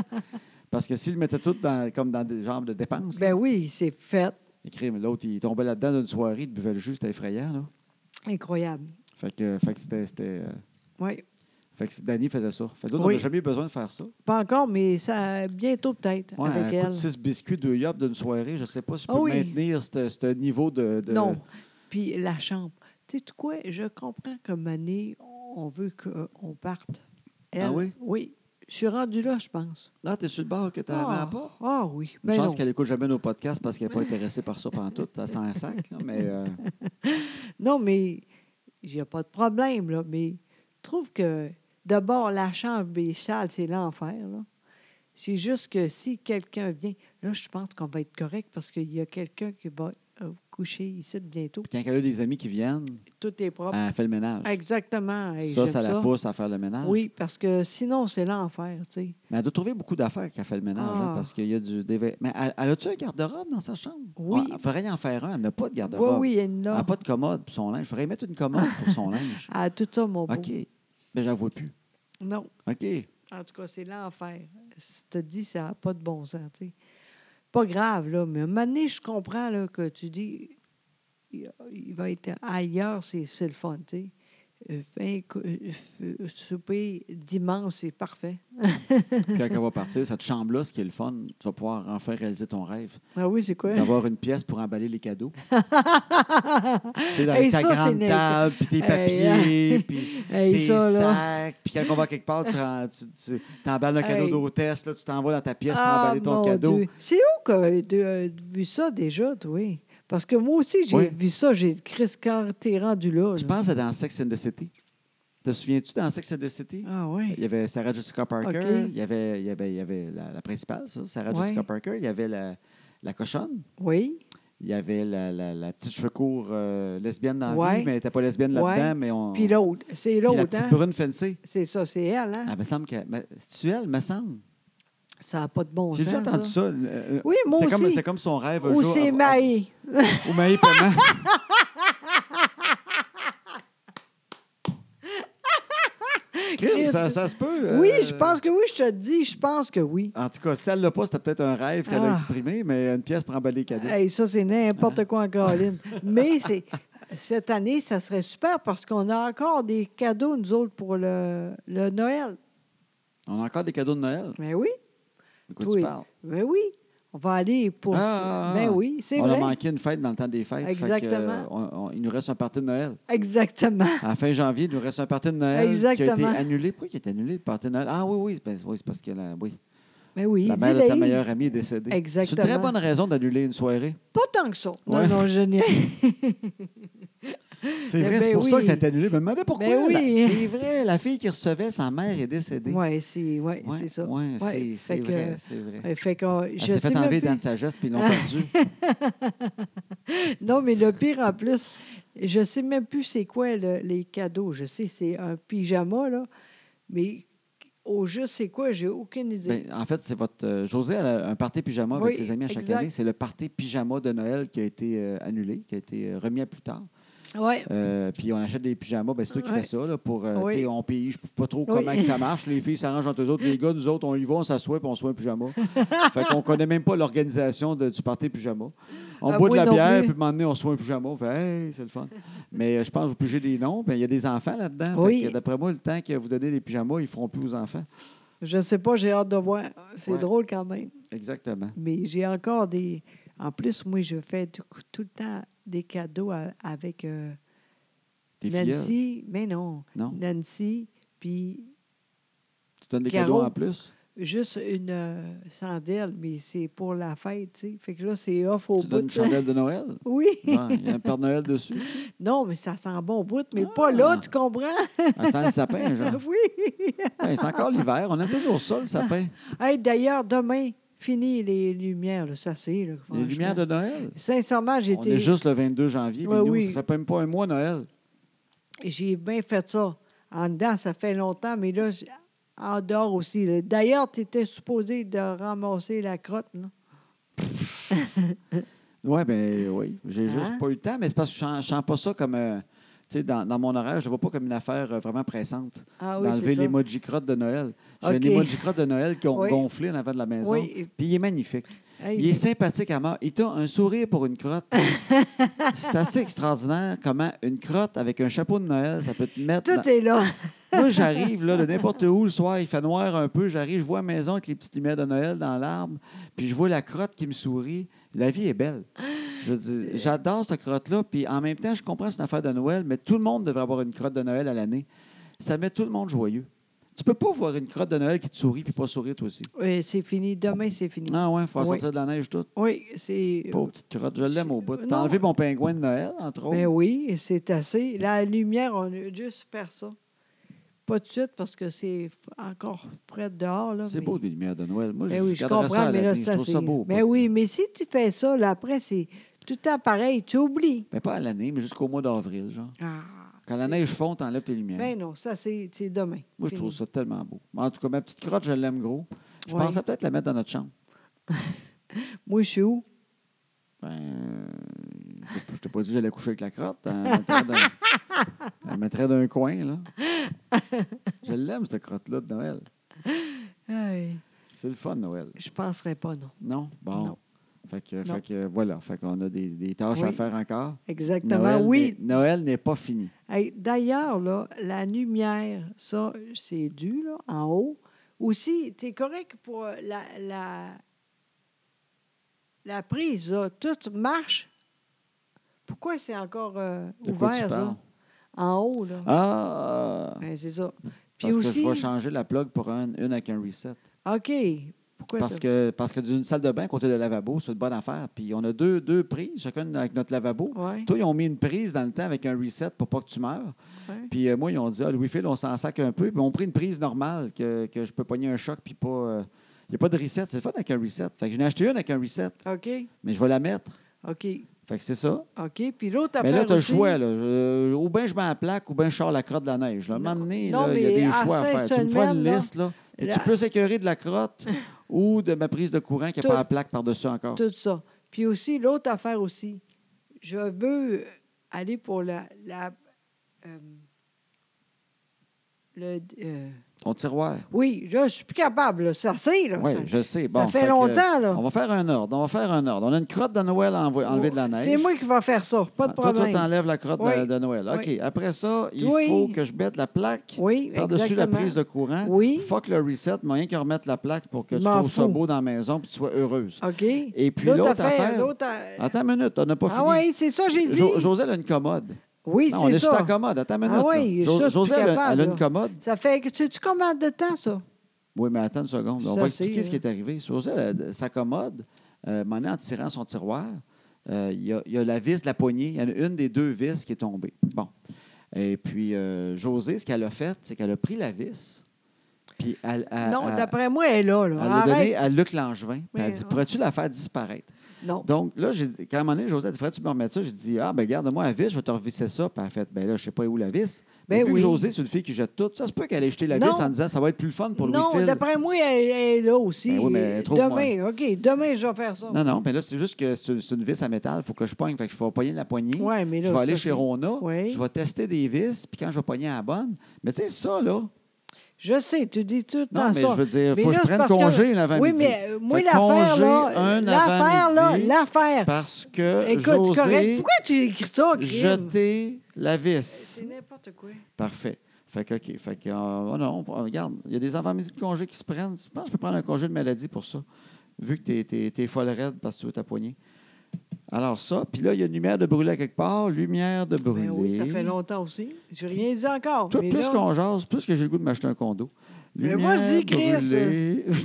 [SPEAKER 1] Parce que s'il le mettait tout dans, comme dans des genres de dépenses,
[SPEAKER 2] Ben oui, c'est fait.
[SPEAKER 1] et crime, l'autre, il tombait là-dedans d'une soirée, il buvait le jus, c'était effrayant. Là.
[SPEAKER 2] Incroyable.
[SPEAKER 1] Fait que, fait que c'était. c'était, euh,
[SPEAKER 2] Oui.
[SPEAKER 1] Fait que Danny faisait ça. Fait que d'autres,
[SPEAKER 2] Oui.
[SPEAKER 1] on n'a jamais eu besoin de faire ça.
[SPEAKER 2] Pas encore, mais ça bientôt peut-être
[SPEAKER 1] Ouais,
[SPEAKER 2] avec
[SPEAKER 1] un coup
[SPEAKER 2] elle.
[SPEAKER 1] de six biscuits, deux yops d'une soirée, je sais pas si je peux
[SPEAKER 2] Ah oui.
[SPEAKER 1] maintenir ce ce niveau de, de-
[SPEAKER 2] Non. Puis la chambre. Tu sais tu quoi? Je comprends que Mané, on veut qu'on parte. Elle,
[SPEAKER 1] Ah oui?
[SPEAKER 2] Oui. Je suis rendue là, je pense.
[SPEAKER 1] Là, Ah, t'es sur le bord que t'en
[SPEAKER 2] ah,
[SPEAKER 1] as pas.
[SPEAKER 2] ah oui.
[SPEAKER 1] Une
[SPEAKER 2] Ben
[SPEAKER 1] chance
[SPEAKER 2] non.
[SPEAKER 1] qu'elle écoute jamais nos podcasts parce qu'elle n'est pas intéressée par ça pendant tout. Elle s'en sac, là, mais euh,
[SPEAKER 2] non, mais il n'y a pas de problème, là. Mais je trouve que d'abord, la chambre des salles, c'est l'enfer, là. C'est juste que si quelqu'un vient, là, je pense qu'on va être correct parce qu'il y a quelqu'un qui va euh, coucher ici bientôt.
[SPEAKER 1] quand elle a des amis qui viennent,
[SPEAKER 2] Tout est propre.
[SPEAKER 1] elle fait le ménage.
[SPEAKER 2] Exactement. Hey,
[SPEAKER 1] Ah, ça,
[SPEAKER 2] j'aime
[SPEAKER 1] ça la pousse hein? à faire le ménage.
[SPEAKER 2] Oui, parce que sinon, c'est l'enfer, tu sais.
[SPEAKER 1] Mais elle doit trouver beaucoup d'affaires qu'elle fait le ménage, hein,
[SPEAKER 2] Ah.
[SPEAKER 1] parce qu'il y a du. des vêt- Mais elle, elle a-tu un garde-robe dans sa chambre?
[SPEAKER 2] Oui.
[SPEAKER 1] Ah, Il faudrait y en faire un. Elle n'a pas de
[SPEAKER 2] Oui,
[SPEAKER 1] garde-robe.
[SPEAKER 2] oui, il y a une
[SPEAKER 1] Elle n'a
[SPEAKER 2] là.
[SPEAKER 1] Ah, pas de commode pour son linge. Il faudrait y mettre une commode pour son linge.
[SPEAKER 2] Ah, tout ça, mon beau.
[SPEAKER 1] OK. Mais j'en vois plus.
[SPEAKER 2] Non,
[SPEAKER 1] OK.
[SPEAKER 2] en tout cas, c'est l'enfer. Si tu te dis, ça n'a pas de bon sens, tu sais. Pas grave, là, mais à un moment donné, je comprends là, que tu dis, il il va être ailleurs, c'est c'est le fun, tu sais. Euh, fin- euh, euh, Souper dimanche, c'est parfait.
[SPEAKER 1] Puis quand elle va partir, cette chambre-là, ce qui est le fun, tu vas pouvoir enfin réaliser ton rêve
[SPEAKER 2] Ah oui, c'est quoi?
[SPEAKER 1] d'avoir une pièce pour emballer les cadeaux. tu sais,
[SPEAKER 2] Hey,
[SPEAKER 1] avec ta
[SPEAKER 2] ça, c'est
[SPEAKER 1] grande
[SPEAKER 2] net.
[SPEAKER 1] table, puis tes
[SPEAKER 2] Hey, ah.
[SPEAKER 1] papiers, puis
[SPEAKER 2] Hey,
[SPEAKER 1] tes
[SPEAKER 2] ça, là.
[SPEAKER 1] sacs. Puis quand on va quelque part, tu, rends- tu, tu- t'emballes un cadeau
[SPEAKER 2] Hey.
[SPEAKER 1] d'hôtesse, là, tu t'en vas dans ta pièce pour
[SPEAKER 2] Ah,
[SPEAKER 1] emballer ton
[SPEAKER 2] mon
[SPEAKER 1] cadeau.
[SPEAKER 2] Dieu. C'est où que tu as vu ça déjà, toi? Parce que moi aussi, j'ai
[SPEAKER 1] Oui.
[SPEAKER 2] vu ça. J'ai Chris, quand t'es rendu là.
[SPEAKER 1] Je
[SPEAKER 2] là.
[SPEAKER 1] pense que c'est dans Sex and the City. Te souviens-tu dans Sex and the City?
[SPEAKER 2] Ah
[SPEAKER 1] Il
[SPEAKER 2] oui.
[SPEAKER 1] y avait Sarah Jessica Parker,
[SPEAKER 2] OK.
[SPEAKER 1] il y avait, il y avait, il y avait la, la principale, ça, Sarah
[SPEAKER 2] Ouais.
[SPEAKER 1] Jessica Parker, il y avait la, la cochonne,
[SPEAKER 2] Oui.
[SPEAKER 1] il y avait la, la, la petite cheveux courts euh, lesbienne dans la
[SPEAKER 2] Ouais.
[SPEAKER 1] vie, mais elle n'était pas lesbienne
[SPEAKER 2] Ouais.
[SPEAKER 1] là-dedans, mais on...
[SPEAKER 2] Puis l'autre. C'est
[SPEAKER 1] Ah. Puis la
[SPEAKER 2] l'autre,
[SPEAKER 1] petite
[SPEAKER 2] hein?
[SPEAKER 1] brune fencée.
[SPEAKER 2] C'est ça, c'est elle, hein?
[SPEAKER 1] Ah, me semble que... mais C'est-tu elle, me semble?
[SPEAKER 2] Ça n'a pas de bon sens.
[SPEAKER 1] J'ai déjà entendu
[SPEAKER 2] ça.
[SPEAKER 1] ça. euh, euh,
[SPEAKER 2] Oui, moi
[SPEAKER 1] c'est Comme,
[SPEAKER 2] aussi.
[SPEAKER 1] c'est comme son rêve un
[SPEAKER 2] Ou
[SPEAKER 1] jour.
[SPEAKER 2] c'est
[SPEAKER 1] av-
[SPEAKER 2] Maï.
[SPEAKER 1] Ou Maï Paiement. Crime, ça, ça se peut.
[SPEAKER 2] Oui,
[SPEAKER 1] euh,
[SPEAKER 2] je pense que oui, je te dis, je pense que oui.
[SPEAKER 1] En tout cas, si elle l'a pas, c'était peut-être un rêve qu'elle a
[SPEAKER 2] Ah.
[SPEAKER 1] exprimé, mais une pièce pour emballer les cadeaux.
[SPEAKER 2] Hey, ça, c'est
[SPEAKER 1] Ah.
[SPEAKER 2] n'importe quoi en Caroline. Mais c'est. Cette année, ça serait super parce qu'on a encore des cadeaux, nous autres, pour le, le Noël.
[SPEAKER 1] On a encore des cadeaux de Noël.
[SPEAKER 2] Mais oui,
[SPEAKER 1] De quoi tu
[SPEAKER 2] Oui.
[SPEAKER 1] parles?
[SPEAKER 2] mais oui. On va aller pour.
[SPEAKER 1] Ah, ah,
[SPEAKER 2] mais
[SPEAKER 1] ah.
[SPEAKER 2] oui, c'est
[SPEAKER 1] On a
[SPEAKER 2] vrai.
[SPEAKER 1] manqué une fête dans le temps des fêtes. fait que, euh,
[SPEAKER 2] Exactement.
[SPEAKER 1] on- on- il nous reste un party de Noël.
[SPEAKER 2] Exactement.
[SPEAKER 1] À la fin janvier, il nous reste un party de Noël qui
[SPEAKER 2] Exactement.
[SPEAKER 1] a été annulé. Pourquoi il a été annulé, le party de Noël? Ah oui, oui, ben, oui, c'est parce que la, oui,
[SPEAKER 2] Mais oui,
[SPEAKER 1] la mère de
[SPEAKER 2] dis-le.
[SPEAKER 1] ta meilleure amie est décédée. C'est une très
[SPEAKER 2] Exactement.
[SPEAKER 1] bonne raison d'annuler une soirée.
[SPEAKER 2] Pas tant que ça. Non,
[SPEAKER 1] Ouais.
[SPEAKER 2] non, je n'y
[SPEAKER 1] C'est
[SPEAKER 2] Mais
[SPEAKER 1] vrai, c'est
[SPEAKER 2] ben
[SPEAKER 1] pour ça
[SPEAKER 2] oui.
[SPEAKER 1] que ça a été annulé. Mais me demandez pourquoi.
[SPEAKER 2] Ben oui.
[SPEAKER 1] la- C'est vrai, la fille qui recevait, sa mère est décédée.
[SPEAKER 2] Oui, c'est ouais,
[SPEAKER 1] Ouais,
[SPEAKER 2] c'est ça.
[SPEAKER 1] ouais,
[SPEAKER 2] Ouais,
[SPEAKER 1] c'est- c'est
[SPEAKER 2] fait que-
[SPEAKER 1] vrai, c'est vrai.
[SPEAKER 2] Euh, Fait que
[SPEAKER 1] Elle
[SPEAKER 2] je
[SPEAKER 1] s'est
[SPEAKER 2] sais
[SPEAKER 1] fait
[SPEAKER 2] même
[SPEAKER 1] enlever
[SPEAKER 2] plus.
[SPEAKER 1] dans sa geste, puis ils l'ont perdue.
[SPEAKER 2] Non, mais le pire en plus, je sais même plus c'est quoi le- les cadeaux. Je sais c'est un pyjama, là, mais au juste c'est quoi, j'ai aucune idée.
[SPEAKER 1] Ben, en fait, c'est votre. euh, José elle a un party pyjama avec
[SPEAKER 2] Oui,
[SPEAKER 1] ses amis à chaque
[SPEAKER 2] exact.
[SPEAKER 1] année. C'est le party pyjama de Noël qui a été euh, annulé, qui a été euh, remis à plus tard.
[SPEAKER 2] ouais.
[SPEAKER 1] Euh, puis on achète des pyjamas. Ben, c'est toi qui
[SPEAKER 2] Ouais.
[SPEAKER 1] fais ça. Là, pour, euh,
[SPEAKER 2] Oui.
[SPEAKER 1] tu sais, On paye, je ne sais pas trop
[SPEAKER 2] Oui.
[SPEAKER 1] comment que ça marche. Les filles s'arrangent entre eux autres. Les gars, nous autres, on y va, on s'assoit puis on se fait un pyjama. fait qu'on ne connaît même pas l'organisation de- du party pyjama. On
[SPEAKER 2] Ah,
[SPEAKER 1] boit de
[SPEAKER 2] moi
[SPEAKER 1] la
[SPEAKER 2] non
[SPEAKER 1] bière, puis à
[SPEAKER 2] plus.
[SPEAKER 1] un moment donné, on se fait un pyjama. On fait, hey, c'est le fun. Mais euh, je pense que vous pigez des noms. Ben, Il y a des enfants là-dedans. Fait
[SPEAKER 2] Oui.
[SPEAKER 1] que, D'après moi, le temps que vous donnez des pyjamas, ils ne feront plus aux enfants.
[SPEAKER 2] Je sais pas, j'ai hâte de voir. C'est
[SPEAKER 1] Ouais.
[SPEAKER 2] drôle quand même.
[SPEAKER 1] Exactement.
[SPEAKER 2] Mais j'ai encore des. En plus, moi, je fais tout, tout le temps des cadeaux à- avec euh,
[SPEAKER 1] Tes filles, hein?
[SPEAKER 2] Nancy. Mais non.
[SPEAKER 1] Non.
[SPEAKER 2] Nancy, puis
[SPEAKER 1] tu donnes des
[SPEAKER 2] Caro.
[SPEAKER 1] cadeaux en plus.
[SPEAKER 2] juste une euh, sandale, mais c'est pour la fête, tu sais. Fait que là, c'est off au
[SPEAKER 1] tu
[SPEAKER 2] bout.
[SPEAKER 1] donnes une
[SPEAKER 2] là.
[SPEAKER 1] chandelle de Noël.
[SPEAKER 2] Oui.
[SPEAKER 1] Ouais, Il y a un Père Noël dessus.
[SPEAKER 2] Non, mais ça sent bon au bout, mais
[SPEAKER 1] Ah.
[SPEAKER 2] pas là, tu comprends?
[SPEAKER 1] Elle sent le sapin, genre.
[SPEAKER 2] oui.
[SPEAKER 1] Ouais, c'est encore l'hiver. On aime toujours ça, le sapin.
[SPEAKER 2] Hey, D'ailleurs, demain, fini les lumières, là, ça c'est.
[SPEAKER 1] Les
[SPEAKER 2] là, Ah, franchement.
[SPEAKER 1] lumières de Noël.
[SPEAKER 2] Sincèrement,
[SPEAKER 1] On est
[SPEAKER 2] j'étais-
[SPEAKER 1] juste le 22 janvier. mais
[SPEAKER 2] Ouais,
[SPEAKER 1] nous,
[SPEAKER 2] oui.
[SPEAKER 1] ça fait même pas un mois Noël.
[SPEAKER 2] j'ai bien fait ça. En dedans, ça fait longtemps, mais là, j- en dehors aussi. là. D'ailleurs, tu étais supposé de ramasser la crotte, là.
[SPEAKER 1] Ouais, ben oui. J'ai juste
[SPEAKER 2] Hein?
[SPEAKER 1] pas eu le temps, mais c'est parce que je ne sens pas ça comme. euh, tu sais, dans, dans mon horaire, je ne vois pas comme une affaire euh, vraiment pressante.
[SPEAKER 2] Ah oui,
[SPEAKER 1] D'enlever
[SPEAKER 2] c'est ça.
[SPEAKER 1] les moji crottes de Noël. J'ai
[SPEAKER 2] OK.
[SPEAKER 1] les moji crottes de Noël qui ont
[SPEAKER 2] Oui.
[SPEAKER 1] gonflé en avant de la maison.
[SPEAKER 2] Oui, et-
[SPEAKER 1] Puis il est magnifique.
[SPEAKER 2] Hey,
[SPEAKER 1] Il est sympathique à mort. Il t'a un sourire pour une crotte. c'est assez extraordinaire comment une crotte avec un chapeau de Noël, ça peut te mettre. dans-
[SPEAKER 2] Tout est là.
[SPEAKER 1] Moi, j'arrive là, de n'importe où le soir, il fait noir un peu, j'arrive, je vois la maison avec les petites lumières de Noël dans l'arbre, puis je vois la crotte qui me sourit. La vie est belle. Je veux dire, j'adore cette crotte-là, puis en même temps, je comprends que c'est une affaire de Noël, mais tout le monde devrait avoir une crotte de Noël à l'année. Ça met tout le monde joyeux. Tu peux pas voir une crotte de Noël qui te sourit puis pas sourire toi aussi.
[SPEAKER 2] Oui, c'est fini. Demain, c'est fini.
[SPEAKER 1] Ah ouais, faut
[SPEAKER 2] Oui.
[SPEAKER 1] sortir de la neige toute.
[SPEAKER 2] Oui, c'est.
[SPEAKER 1] Pauvre petite crotte, je l'aime au bout.
[SPEAKER 2] Non.
[SPEAKER 1] T'as enlevé mon pingouin de Noël, entre autres.
[SPEAKER 2] Ben oui, c'est assez. La lumière, on a juste faire ça. Pas de suite parce que c'est f- encore frais dehors. Là,
[SPEAKER 1] c'est
[SPEAKER 2] mais-
[SPEAKER 1] beau des lumières de Noël. Moi,
[SPEAKER 2] Ben
[SPEAKER 1] je
[SPEAKER 2] oui, je
[SPEAKER 1] garderais
[SPEAKER 2] comprends,
[SPEAKER 1] ça à
[SPEAKER 2] mais là,
[SPEAKER 1] l'année. Je
[SPEAKER 2] ça,
[SPEAKER 1] trouve
[SPEAKER 2] c'est.
[SPEAKER 1] ça beau. au
[SPEAKER 2] Ben
[SPEAKER 1] bout.
[SPEAKER 2] oui, mais si tu fais ça, là, après, c'est tout le temps pareil. Tu oublies.
[SPEAKER 1] Mais pas à l'année, mais jusqu'au mois d'avril, genre.
[SPEAKER 2] Ah.
[SPEAKER 1] Quand la neige fond, t'enlèves tes lumières.
[SPEAKER 2] Ben non, ça, c'est c'est demain.
[SPEAKER 1] Moi, je trouve
[SPEAKER 2] Fini.
[SPEAKER 1] ça tellement beau. Mais En tout cas, ma petite crotte, je l'aime gros. Je
[SPEAKER 2] Ouais.
[SPEAKER 1] pensais peut-être la mettre dans notre chambre.
[SPEAKER 2] Moi, je suis où?
[SPEAKER 1] Ben, euh, je je t'ai pas dit que j'allais coucher avec la crotte. hein. Elle la mettrait d'un- elle la mettrait d'un coin, là. Je l'aime, cette crotte-là de Noël.
[SPEAKER 2] Hey,
[SPEAKER 1] C'est le fun, Noël.
[SPEAKER 2] je penserais pas, non.
[SPEAKER 1] Non? Bon.
[SPEAKER 2] Non.
[SPEAKER 1] Fait que,
[SPEAKER 2] Non.
[SPEAKER 1] fait que, voilà. Fait qu'on a des, des tâches
[SPEAKER 2] Oui.
[SPEAKER 1] à faire encore.
[SPEAKER 2] Exactement.
[SPEAKER 1] Noël
[SPEAKER 2] oui.
[SPEAKER 1] n'est- Noël n'est pas fini.
[SPEAKER 2] Hey, D'ailleurs, là, la lumière, ça, c'est dû, là, en haut. Aussi, tu es correct pour euh, la, la, la prise, là. Tout marche. Pourquoi c'est encore euh,
[SPEAKER 1] De quoi tu
[SPEAKER 2] ouvert,
[SPEAKER 1] parles?
[SPEAKER 2] ça? En haut, là.
[SPEAKER 1] Ah!
[SPEAKER 2] Ben, c'est ça. Puis
[SPEAKER 1] Parce
[SPEAKER 2] aussi.
[SPEAKER 1] que je vais changer la plug pour un- une avec un reset.
[SPEAKER 2] OK. Pourquoi
[SPEAKER 1] Parce
[SPEAKER 2] t'as-
[SPEAKER 1] que, parce que d'une salle de bain, côté de lavabo, c'est une bonne affaire. Puis on a deux, deux prises, chacune avec notre lavabo.
[SPEAKER 2] Ouais,
[SPEAKER 1] Toi, ils ont mis une prise dans le temps avec un reset pour pas que tu meurs.
[SPEAKER 2] ouais.
[SPEAKER 1] Puis euh, moi, ils ont dit, ah, Louis-Phil, on s'en sac un peu. Puis on pris une prise normale que, que je peux pogner un choc, puis pas. euh, Il n'y a pas de reset. C'est le fun avec un reset. Fait que j'en ai acheté une avec un reset,
[SPEAKER 2] OK.
[SPEAKER 1] mais je vais la mettre.
[SPEAKER 2] OK.
[SPEAKER 1] Fait que c'est ça.
[SPEAKER 2] OK. Puis l'autre
[SPEAKER 1] Mais là,
[SPEAKER 2] affaire
[SPEAKER 1] tu as le
[SPEAKER 2] aussi-
[SPEAKER 1] choix. Là. Je- ou bien je mets la plaque, ou bien je sors la crotte de la neige. Là. À un
[SPEAKER 2] Non.
[SPEAKER 1] moment donné,
[SPEAKER 2] Non,
[SPEAKER 1] là, il y a
[SPEAKER 2] mais
[SPEAKER 1] des
[SPEAKER 2] à
[SPEAKER 1] choix à faire. Tu me fais une
[SPEAKER 2] Saint-Semaine, là,
[SPEAKER 1] liste. là. Es-tu
[SPEAKER 2] la-
[SPEAKER 1] plus écœuré de la crotte ou de ma prise de courant qui n'a
[SPEAKER 2] Tout-
[SPEAKER 1] pas la plaque par-dessus encore?
[SPEAKER 2] Tout ça. Puis aussi, l'autre affaire aussi, je veux aller pour la, la, euh, le- euh,
[SPEAKER 1] Ton tiroir.
[SPEAKER 2] oui, là, je suis plus capable, là, ça c'est, là.
[SPEAKER 1] Oui,
[SPEAKER 2] ça-
[SPEAKER 1] je sais.
[SPEAKER 2] ça
[SPEAKER 1] Bon,
[SPEAKER 2] fait
[SPEAKER 1] que,
[SPEAKER 2] longtemps, là.
[SPEAKER 1] On va faire un ordre. On va faire un ordre. On a une crotte de Noël à envo- enlever de la neige.
[SPEAKER 2] C'est moi qui vais faire ça, pas de
[SPEAKER 1] Ah, toi,
[SPEAKER 2] problème.
[SPEAKER 1] Toi, t'enlèves la crotte de-
[SPEAKER 2] Oui.
[SPEAKER 1] de, Noël. OK.
[SPEAKER 2] Oui.
[SPEAKER 1] Après ça, il
[SPEAKER 2] Oui.
[SPEAKER 1] faut que je mette la plaque
[SPEAKER 2] oui,
[SPEAKER 1] par-dessus la
[SPEAKER 2] exactement.
[SPEAKER 1] prise de courant.
[SPEAKER 2] Oui.
[SPEAKER 1] Fuck le reset, moyen qu'ils remettent la plaque pour que tu
[SPEAKER 2] M'en
[SPEAKER 1] trouves ça
[SPEAKER 2] fous.
[SPEAKER 1] beau dans la maison et que tu sois heureuse.
[SPEAKER 2] OK.
[SPEAKER 1] Et puis l'autre affaire.
[SPEAKER 2] l'autre a-
[SPEAKER 1] Attends une minute, on n'a pas
[SPEAKER 2] Ah
[SPEAKER 1] fini.
[SPEAKER 2] oui, c'est ça, j'ai dit.
[SPEAKER 1] Jo- Joselle a une commode.
[SPEAKER 2] oui,
[SPEAKER 1] Non, on
[SPEAKER 2] c'est
[SPEAKER 1] est sur ta
[SPEAKER 2] ça.
[SPEAKER 1] commode. Attends une
[SPEAKER 2] Ah
[SPEAKER 1] minute. là.
[SPEAKER 2] oui,
[SPEAKER 1] Jo-
[SPEAKER 2] ça, je suis
[SPEAKER 1] Joselle,
[SPEAKER 2] plus
[SPEAKER 1] elle a- elle a
[SPEAKER 2] capable,
[SPEAKER 1] une
[SPEAKER 2] là.
[SPEAKER 1] commode.
[SPEAKER 2] Ça fait que tu, tu combien de temps, ça?
[SPEAKER 1] Oui, mais attends une seconde. On
[SPEAKER 2] Ça,
[SPEAKER 1] va
[SPEAKER 2] c'est,
[SPEAKER 1] expliquer ce
[SPEAKER 2] euh,
[SPEAKER 1] qui est arrivé. Joselle, elle, sa commode, euh, m'en est en tirant son tiroir. euh, Il y, a- il y a la vis de la poignée. Il y en a une des deux vis qui est tombée. Bon. Et puis, euh, Josée, ce qu'elle a fait, c'est qu'elle a pris la vis. Puis elle, a-
[SPEAKER 2] non,
[SPEAKER 1] elle-
[SPEAKER 2] d'après moi, elle est là. là.
[SPEAKER 1] Ah, elle l'a
[SPEAKER 2] Arrête.
[SPEAKER 1] donnée à Luc Langevin. Puis
[SPEAKER 2] Mais,
[SPEAKER 1] elle dit
[SPEAKER 2] ah.
[SPEAKER 1] Pourrais-tu la faire disparaître
[SPEAKER 2] Non.
[SPEAKER 1] Donc, là, j'ai, quand à un moment donné, Josée, elle dit, Faudrait-tu me remettre ça J'ai dit Ah, ben, garde-moi la vis, je vais te revisser ça. Puis elle a fait Ben là, je sais pas où la vis. Mais
[SPEAKER 2] Ben
[SPEAKER 1] puis
[SPEAKER 2] oui.
[SPEAKER 1] Josée, c'est une fille qui jette tout. Ça se peut qu'elle ait jeté la
[SPEAKER 2] Non.
[SPEAKER 1] vis en disant Ça va être plus le fun pour
[SPEAKER 2] non,
[SPEAKER 1] Louis-Phil.
[SPEAKER 2] d'après moi, elle, elle est là aussi.
[SPEAKER 1] Ben oui, mais trouve-moi.
[SPEAKER 2] demain, OK, demain, je vais faire ça.
[SPEAKER 1] Non, non, mais là, c'est juste que c'est une, c'est une vis à métal. Il faut que je pogne. Fait que je vais pogner la poignée.
[SPEAKER 2] Ouais, mais là,
[SPEAKER 1] je vais aller
[SPEAKER 2] ça,
[SPEAKER 1] chez
[SPEAKER 2] c'est-
[SPEAKER 1] Rona.
[SPEAKER 2] Ouais.
[SPEAKER 1] Je vais tester des vis. Puis quand je vais pogner à la bonne. Mais tu sais, ça, là.
[SPEAKER 2] Je sais, tu dis tout le
[SPEAKER 1] Non,
[SPEAKER 2] temps
[SPEAKER 1] mais
[SPEAKER 2] ça.
[SPEAKER 1] je veux dire,
[SPEAKER 2] Mais
[SPEAKER 1] faut que
[SPEAKER 2] là,
[SPEAKER 1] je
[SPEAKER 2] c'est
[SPEAKER 1] prenne
[SPEAKER 2] parce que-
[SPEAKER 1] congé l'avant-midi.
[SPEAKER 2] Oui, mais euh, moi,
[SPEAKER 1] Fait que
[SPEAKER 2] l'affaire,
[SPEAKER 1] congé
[SPEAKER 2] là, euh,
[SPEAKER 1] un
[SPEAKER 2] l'affaire, là,
[SPEAKER 1] avant-midi.
[SPEAKER 2] l'affaire.
[SPEAKER 1] Parce que.
[SPEAKER 2] Écoute,
[SPEAKER 1] José,
[SPEAKER 2] correct. Pourquoi tu écris ça, Kim?
[SPEAKER 1] Jeter la vis.
[SPEAKER 2] C'est n'importe quoi.
[SPEAKER 1] Parfait. Fait que, OK. Fait que, euh, oh non, on- regarde, il y a des avant-midi de congé qui se prennent. Je pense que je peux prendre un congé de maladie pour ça, vu que tu es, folle raide parce que tu veux ta poignée. Alors, ça, puis là, il y a une lumière de brûler à quelque part, lumière de brûler.
[SPEAKER 2] Ben oui, ça fait longtemps aussi. J'ai rien dit encore.
[SPEAKER 1] Toi,
[SPEAKER 2] mais
[SPEAKER 1] plus
[SPEAKER 2] là-
[SPEAKER 1] qu'on jase, plus que j'ai le goût de m'acheter un condo.
[SPEAKER 2] Mais moi, je dis,
[SPEAKER 1] Lumière
[SPEAKER 2] Chris,
[SPEAKER 1] brûlée.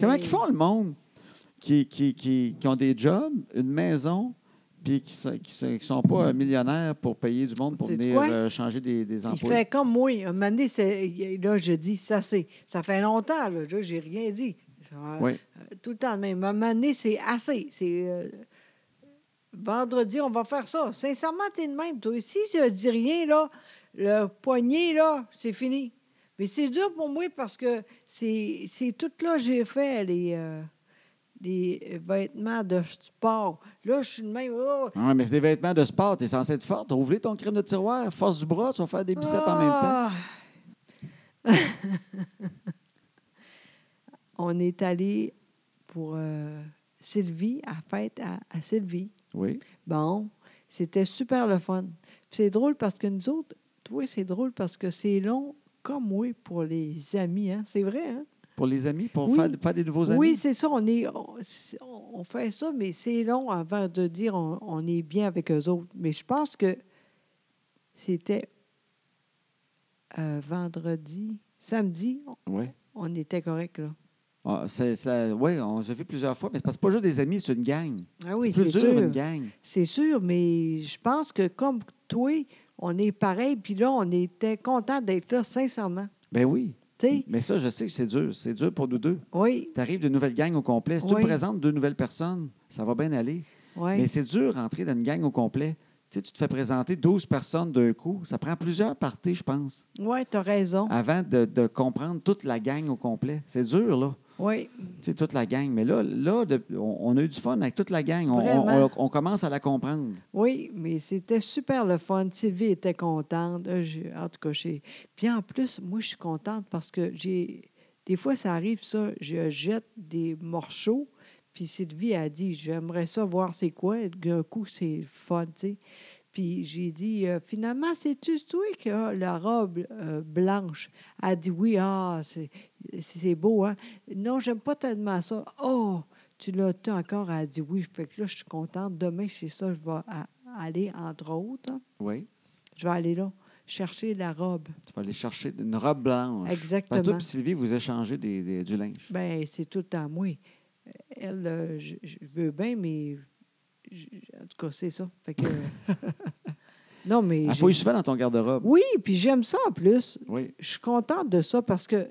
[SPEAKER 1] Comment
[SPEAKER 2] Hey.
[SPEAKER 1] ils font le monde qui, qui, qui, qui ont des jobs, une maison, puis qui ne sont, qui sont pas euh, millionnaires pour payer du monde pour
[SPEAKER 2] Sais-tu
[SPEAKER 1] venir
[SPEAKER 2] quoi?
[SPEAKER 1] euh, changer des, des
[SPEAKER 2] Il
[SPEAKER 1] emplois?
[SPEAKER 2] fait comme moi. Un moment donné, c'est- il- là, je dis, ça c'est. Ça fait longtemps, là. Là, j'ai rien dit. Ça, euh,
[SPEAKER 1] Oui.
[SPEAKER 2] Tout le temps de même. Un moment donné, c'est assez. C'est. euh, Vendredi, on va faire ça. Sincèrement, t'es de même. Toi, si je dis rien, là, le poignet, là, c'est fini. Mais c'est dur pour moi parce que c'est c'est tout là j'ai fait les, euh, les vêtements de sport. Là, je suis de même. oh,
[SPEAKER 1] Ah, mais c'est des vêtements de sport. Tu es censé être forte. Ouvre ton crème de tiroir, force du bras, tu vas faire des biceps en même temps.
[SPEAKER 2] Ah. On est allé pour euh, Sylvie, à fête à, à Sylvie.
[SPEAKER 1] Oui.
[SPEAKER 2] Bon, c'était super le fun. Puis C'est drôle parce que nous autres, toi, c'est drôle parce que c'est long comme moi pour les amis, hein? C'est vrai, hein?
[SPEAKER 1] Pour les amis, pour
[SPEAKER 2] Oui.
[SPEAKER 1] faire, faire des nouveaux amis.
[SPEAKER 2] Oui, c'est ça. On, est, on, c'est- on- on fait ça, mais c'est long avant de dire on, on est bien avec eux autres. Mais je pense que c'était euh, vendredi, samedi, on-
[SPEAKER 1] Oui.
[SPEAKER 2] on était correct là.
[SPEAKER 1] Ah, c'est- ça- oui, on se fait plusieurs fois, mais c'est parce que c'est pas juste des amis, c'est une gang.
[SPEAKER 2] Ah oui,
[SPEAKER 1] c'est
[SPEAKER 2] c'est
[SPEAKER 1] plus dur,
[SPEAKER 2] sûr.
[SPEAKER 1] une gang.
[SPEAKER 2] C'est sûr, mais je pense que comme toi, on est pareil, puis là, on était content d'être là, sincèrement.
[SPEAKER 1] Ben oui.
[SPEAKER 2] Tu sais,
[SPEAKER 1] Mais ça, je sais que c'est dur. C'est dur pour nous deux.
[SPEAKER 2] oui,
[SPEAKER 1] Tu arrives d'une nouvelle gang au complet. Si tu
[SPEAKER 2] Oui.
[SPEAKER 1] te présentes deux nouvelles personnes, ça va bien aller.
[SPEAKER 2] oui.
[SPEAKER 1] Mais c'est dur d'entrer dans une gang au complet. Tu sais, tu te fais présenter 12 personnes d'un coup. Ça prend plusieurs parties, je pense,
[SPEAKER 2] Oui, tu as raison.
[SPEAKER 1] avant de, de comprendre toute la gang au complet. C'est dur, là.
[SPEAKER 2] Oui,
[SPEAKER 1] Tu sais, toute la gang. Mais là, là de- on, on a eu du fun avec toute la gang. On, on-
[SPEAKER 2] Vraiment.
[SPEAKER 1] on- on commence à la comprendre.
[SPEAKER 2] oui, mais c'était super le fun. Sylvie était contente. Euh, j'ai- En tout cas, j'ai- Puis en plus, moi, je suis contente parce que j'ai. Des fois, ça arrive, ça, je jette des morceaux, puis Sylvie a dit J'aimerais ça voir c'est quoi. Et D'un coup, c'est le fun, tu sais. Puis j'ai dit euh, Finalement, c'est-tu toi qui a la robe euh, blanche Elle dit Oui, ah, c'est- c'est beau, hein. Non, j'aime pas tellement ça. Oh, tu l'as-tu encore Elle dit Oui. Fait que là, je suis contente. Demain, c'est ça, je vais à- aller, entre autres, hein.
[SPEAKER 1] Oui.
[SPEAKER 2] je vais aller là chercher la robe.
[SPEAKER 1] Tu vas aller chercher une robe blanche. Parce que
[SPEAKER 2] Exactement.
[SPEAKER 1] toi et Sylvie, vous échangez des, des- du linge.
[SPEAKER 2] Ben, c'est tout à moi. Elle, euh, je, je veux bien, mais je- je- en tout cas, c'est ça. Fait que. non, mais.
[SPEAKER 1] Elle
[SPEAKER 2] j'ai-
[SPEAKER 1] fouille souvent Ah, dans ton garde-robe.
[SPEAKER 2] Oui, puis j'aime ça en plus.
[SPEAKER 1] Oui.
[SPEAKER 2] Je suis contente de ça parce que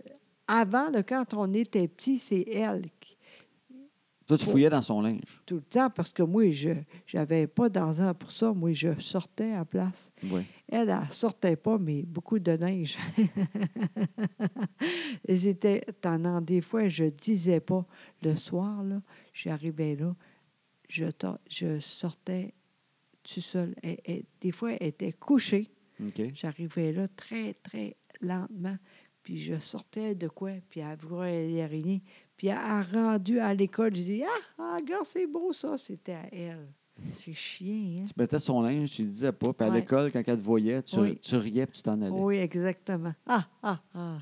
[SPEAKER 2] avant, là, quand on était petit, c'est elle qui-
[SPEAKER 1] Toi, tu fouillais dans son linge.
[SPEAKER 2] tout le temps parce que moi, je n'avais pas d'argent pour ça. Moi, je sortais à place.
[SPEAKER 1] Oui.
[SPEAKER 2] Elle, elle sortait pas, mais beaucoup de neige. Et C'était tannant. Des fois, je disais pas. Le soir, là, j'arrivais là, je, tor- je sortais tout seul. Elle- elle- des fois, elle était couchée.
[SPEAKER 1] OK.
[SPEAKER 2] J'arrivais là très, très lentement. Puis je sortais de quoi? Puis elle voyait les araignées. Puis elle a rendu à l'école. Je disais, ah, ah, regarde, c'est beau ça. C'était à elle. C'est chien, hein?
[SPEAKER 1] Tu mettais son linge, tu ne disais pas. Puis à
[SPEAKER 2] Ouais.
[SPEAKER 1] l'école, quand elle te voyait, tu,
[SPEAKER 2] Oui.
[SPEAKER 1] tu riais puis tu t'en allais.
[SPEAKER 2] Oui, exactement. Ah, ah, ah.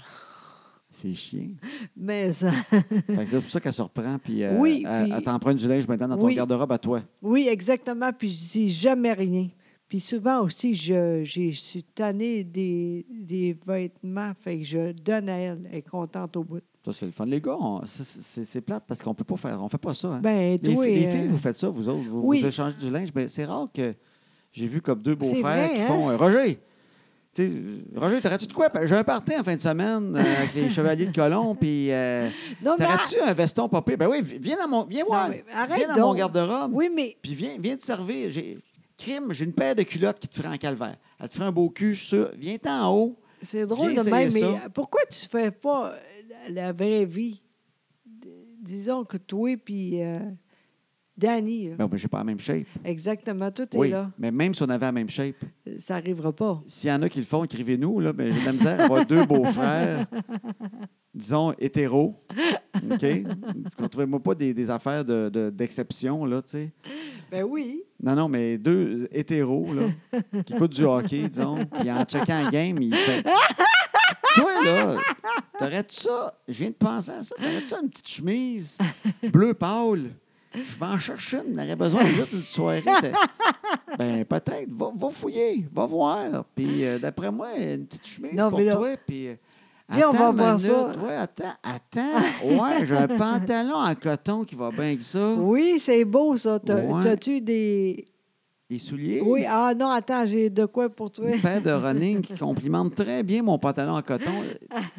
[SPEAKER 1] C'est chiant.
[SPEAKER 2] Mais euh, ça.
[SPEAKER 1] Fait que là, c'est pour ça qu'elle se reprend, puis euh,
[SPEAKER 2] Oui,
[SPEAKER 1] elle,
[SPEAKER 2] puis-
[SPEAKER 1] elle t'emprunte du linge maintenant dans ton
[SPEAKER 2] Oui.
[SPEAKER 1] garde-robe à toi.
[SPEAKER 2] Oui, exactement. Puis je dis jamais rien. Puis souvent aussi, je, j'ai- je suis tannée des, des vêtements. Fait que je donne à elle. Elle est contente au bout.
[SPEAKER 1] Ça, c'est le fun. Les gars, on- c'est- c'est c'est plate parce qu'on peut pas faire. On fait pas ça. hein.
[SPEAKER 2] Ben,
[SPEAKER 1] les,
[SPEAKER 2] toi,
[SPEAKER 1] fi- les
[SPEAKER 2] euh,
[SPEAKER 1] filles, vous faites ça, vous autres. Vous,
[SPEAKER 2] oui.
[SPEAKER 1] vous échangez du linge. Ben, c'est rare que j'ai vu comme deux
[SPEAKER 2] C'est
[SPEAKER 1] beaux-frères
[SPEAKER 2] vrai,
[SPEAKER 1] qui
[SPEAKER 2] hein?
[SPEAKER 1] font euh, Roger! Tu sais, euh, Roger, t'aurais-tu de quoi? Ben, J'ai un party en fin de semaine euh, avec les Chevaliers de Colomb, puis euh,
[SPEAKER 2] non, mais,
[SPEAKER 1] t'aurais-tu un veston popé? Ben oui, vi- viens dans mon. Viens
[SPEAKER 2] Oh, ben, ah! Non,
[SPEAKER 1] voir.
[SPEAKER 2] mais arrête
[SPEAKER 1] viens dans
[SPEAKER 2] donc.
[SPEAKER 1] mon garde-robe.
[SPEAKER 2] oui, mais
[SPEAKER 1] Puis viens, viens te servir. J'ai- Crime, j'ai une paire de culottes qui te ferait en calvaire. Elle te ferait un beau cul, je suis sûr. Viens-t'en en haut.
[SPEAKER 2] c'est drôle
[SPEAKER 1] Viens
[SPEAKER 2] de même.
[SPEAKER 1] essayer
[SPEAKER 2] Mais
[SPEAKER 1] ça.
[SPEAKER 2] pourquoi tu fais pas la- la vraie vie? D- Disons que toi puis euh, Danny, là.
[SPEAKER 1] Ben, ben, j'ai pas la même shape.
[SPEAKER 2] exactement, tout est
[SPEAKER 1] Oui,
[SPEAKER 2] là.
[SPEAKER 1] mais même si on avait la même shape,
[SPEAKER 2] Ça n'arrivera pas.
[SPEAKER 1] s'il y en a qui le font, écrivez-nous. Là, ben, j'ai de la misère à avoir deux beaux-frères, disons hétéros. OK? Trouvez-moi pas des, des affaires de, de- d'exception, là, tu sais.
[SPEAKER 2] Ben oui.
[SPEAKER 1] Non, non, mais deux hétéros, là, qui écoutent du hockey, disons, puis en checkant la game, ils font... Toi, là, t'aurais-tu ça? Je viens de penser à ça. T'aurais-tu ça, une petite chemise bleu pâle? Je vais en chercher une. J'aurais besoin juste une soirée. T'as- Ben, peut-être. Va, va fouiller. Va voir. Puis, euh, d'après moi, une petite chemise
[SPEAKER 2] Non,
[SPEAKER 1] pour
[SPEAKER 2] mais là-
[SPEAKER 1] toi. Puis, euh,
[SPEAKER 2] Viens, on
[SPEAKER 1] attends
[SPEAKER 2] va
[SPEAKER 1] une
[SPEAKER 2] voir
[SPEAKER 1] minute.
[SPEAKER 2] ça.
[SPEAKER 1] Ouais, attends, attends. Ouais, j'ai un pantalon en coton qui va bien que ça.
[SPEAKER 2] Oui, c'est beau ça. T'as-
[SPEAKER 1] Ouais.
[SPEAKER 2] T'as-tu des.
[SPEAKER 1] Des souliers.
[SPEAKER 2] Oui, ah non, attends, j'ai de quoi pour toi.
[SPEAKER 1] Une paire de running qui complimente très bien mon pantalon en coton.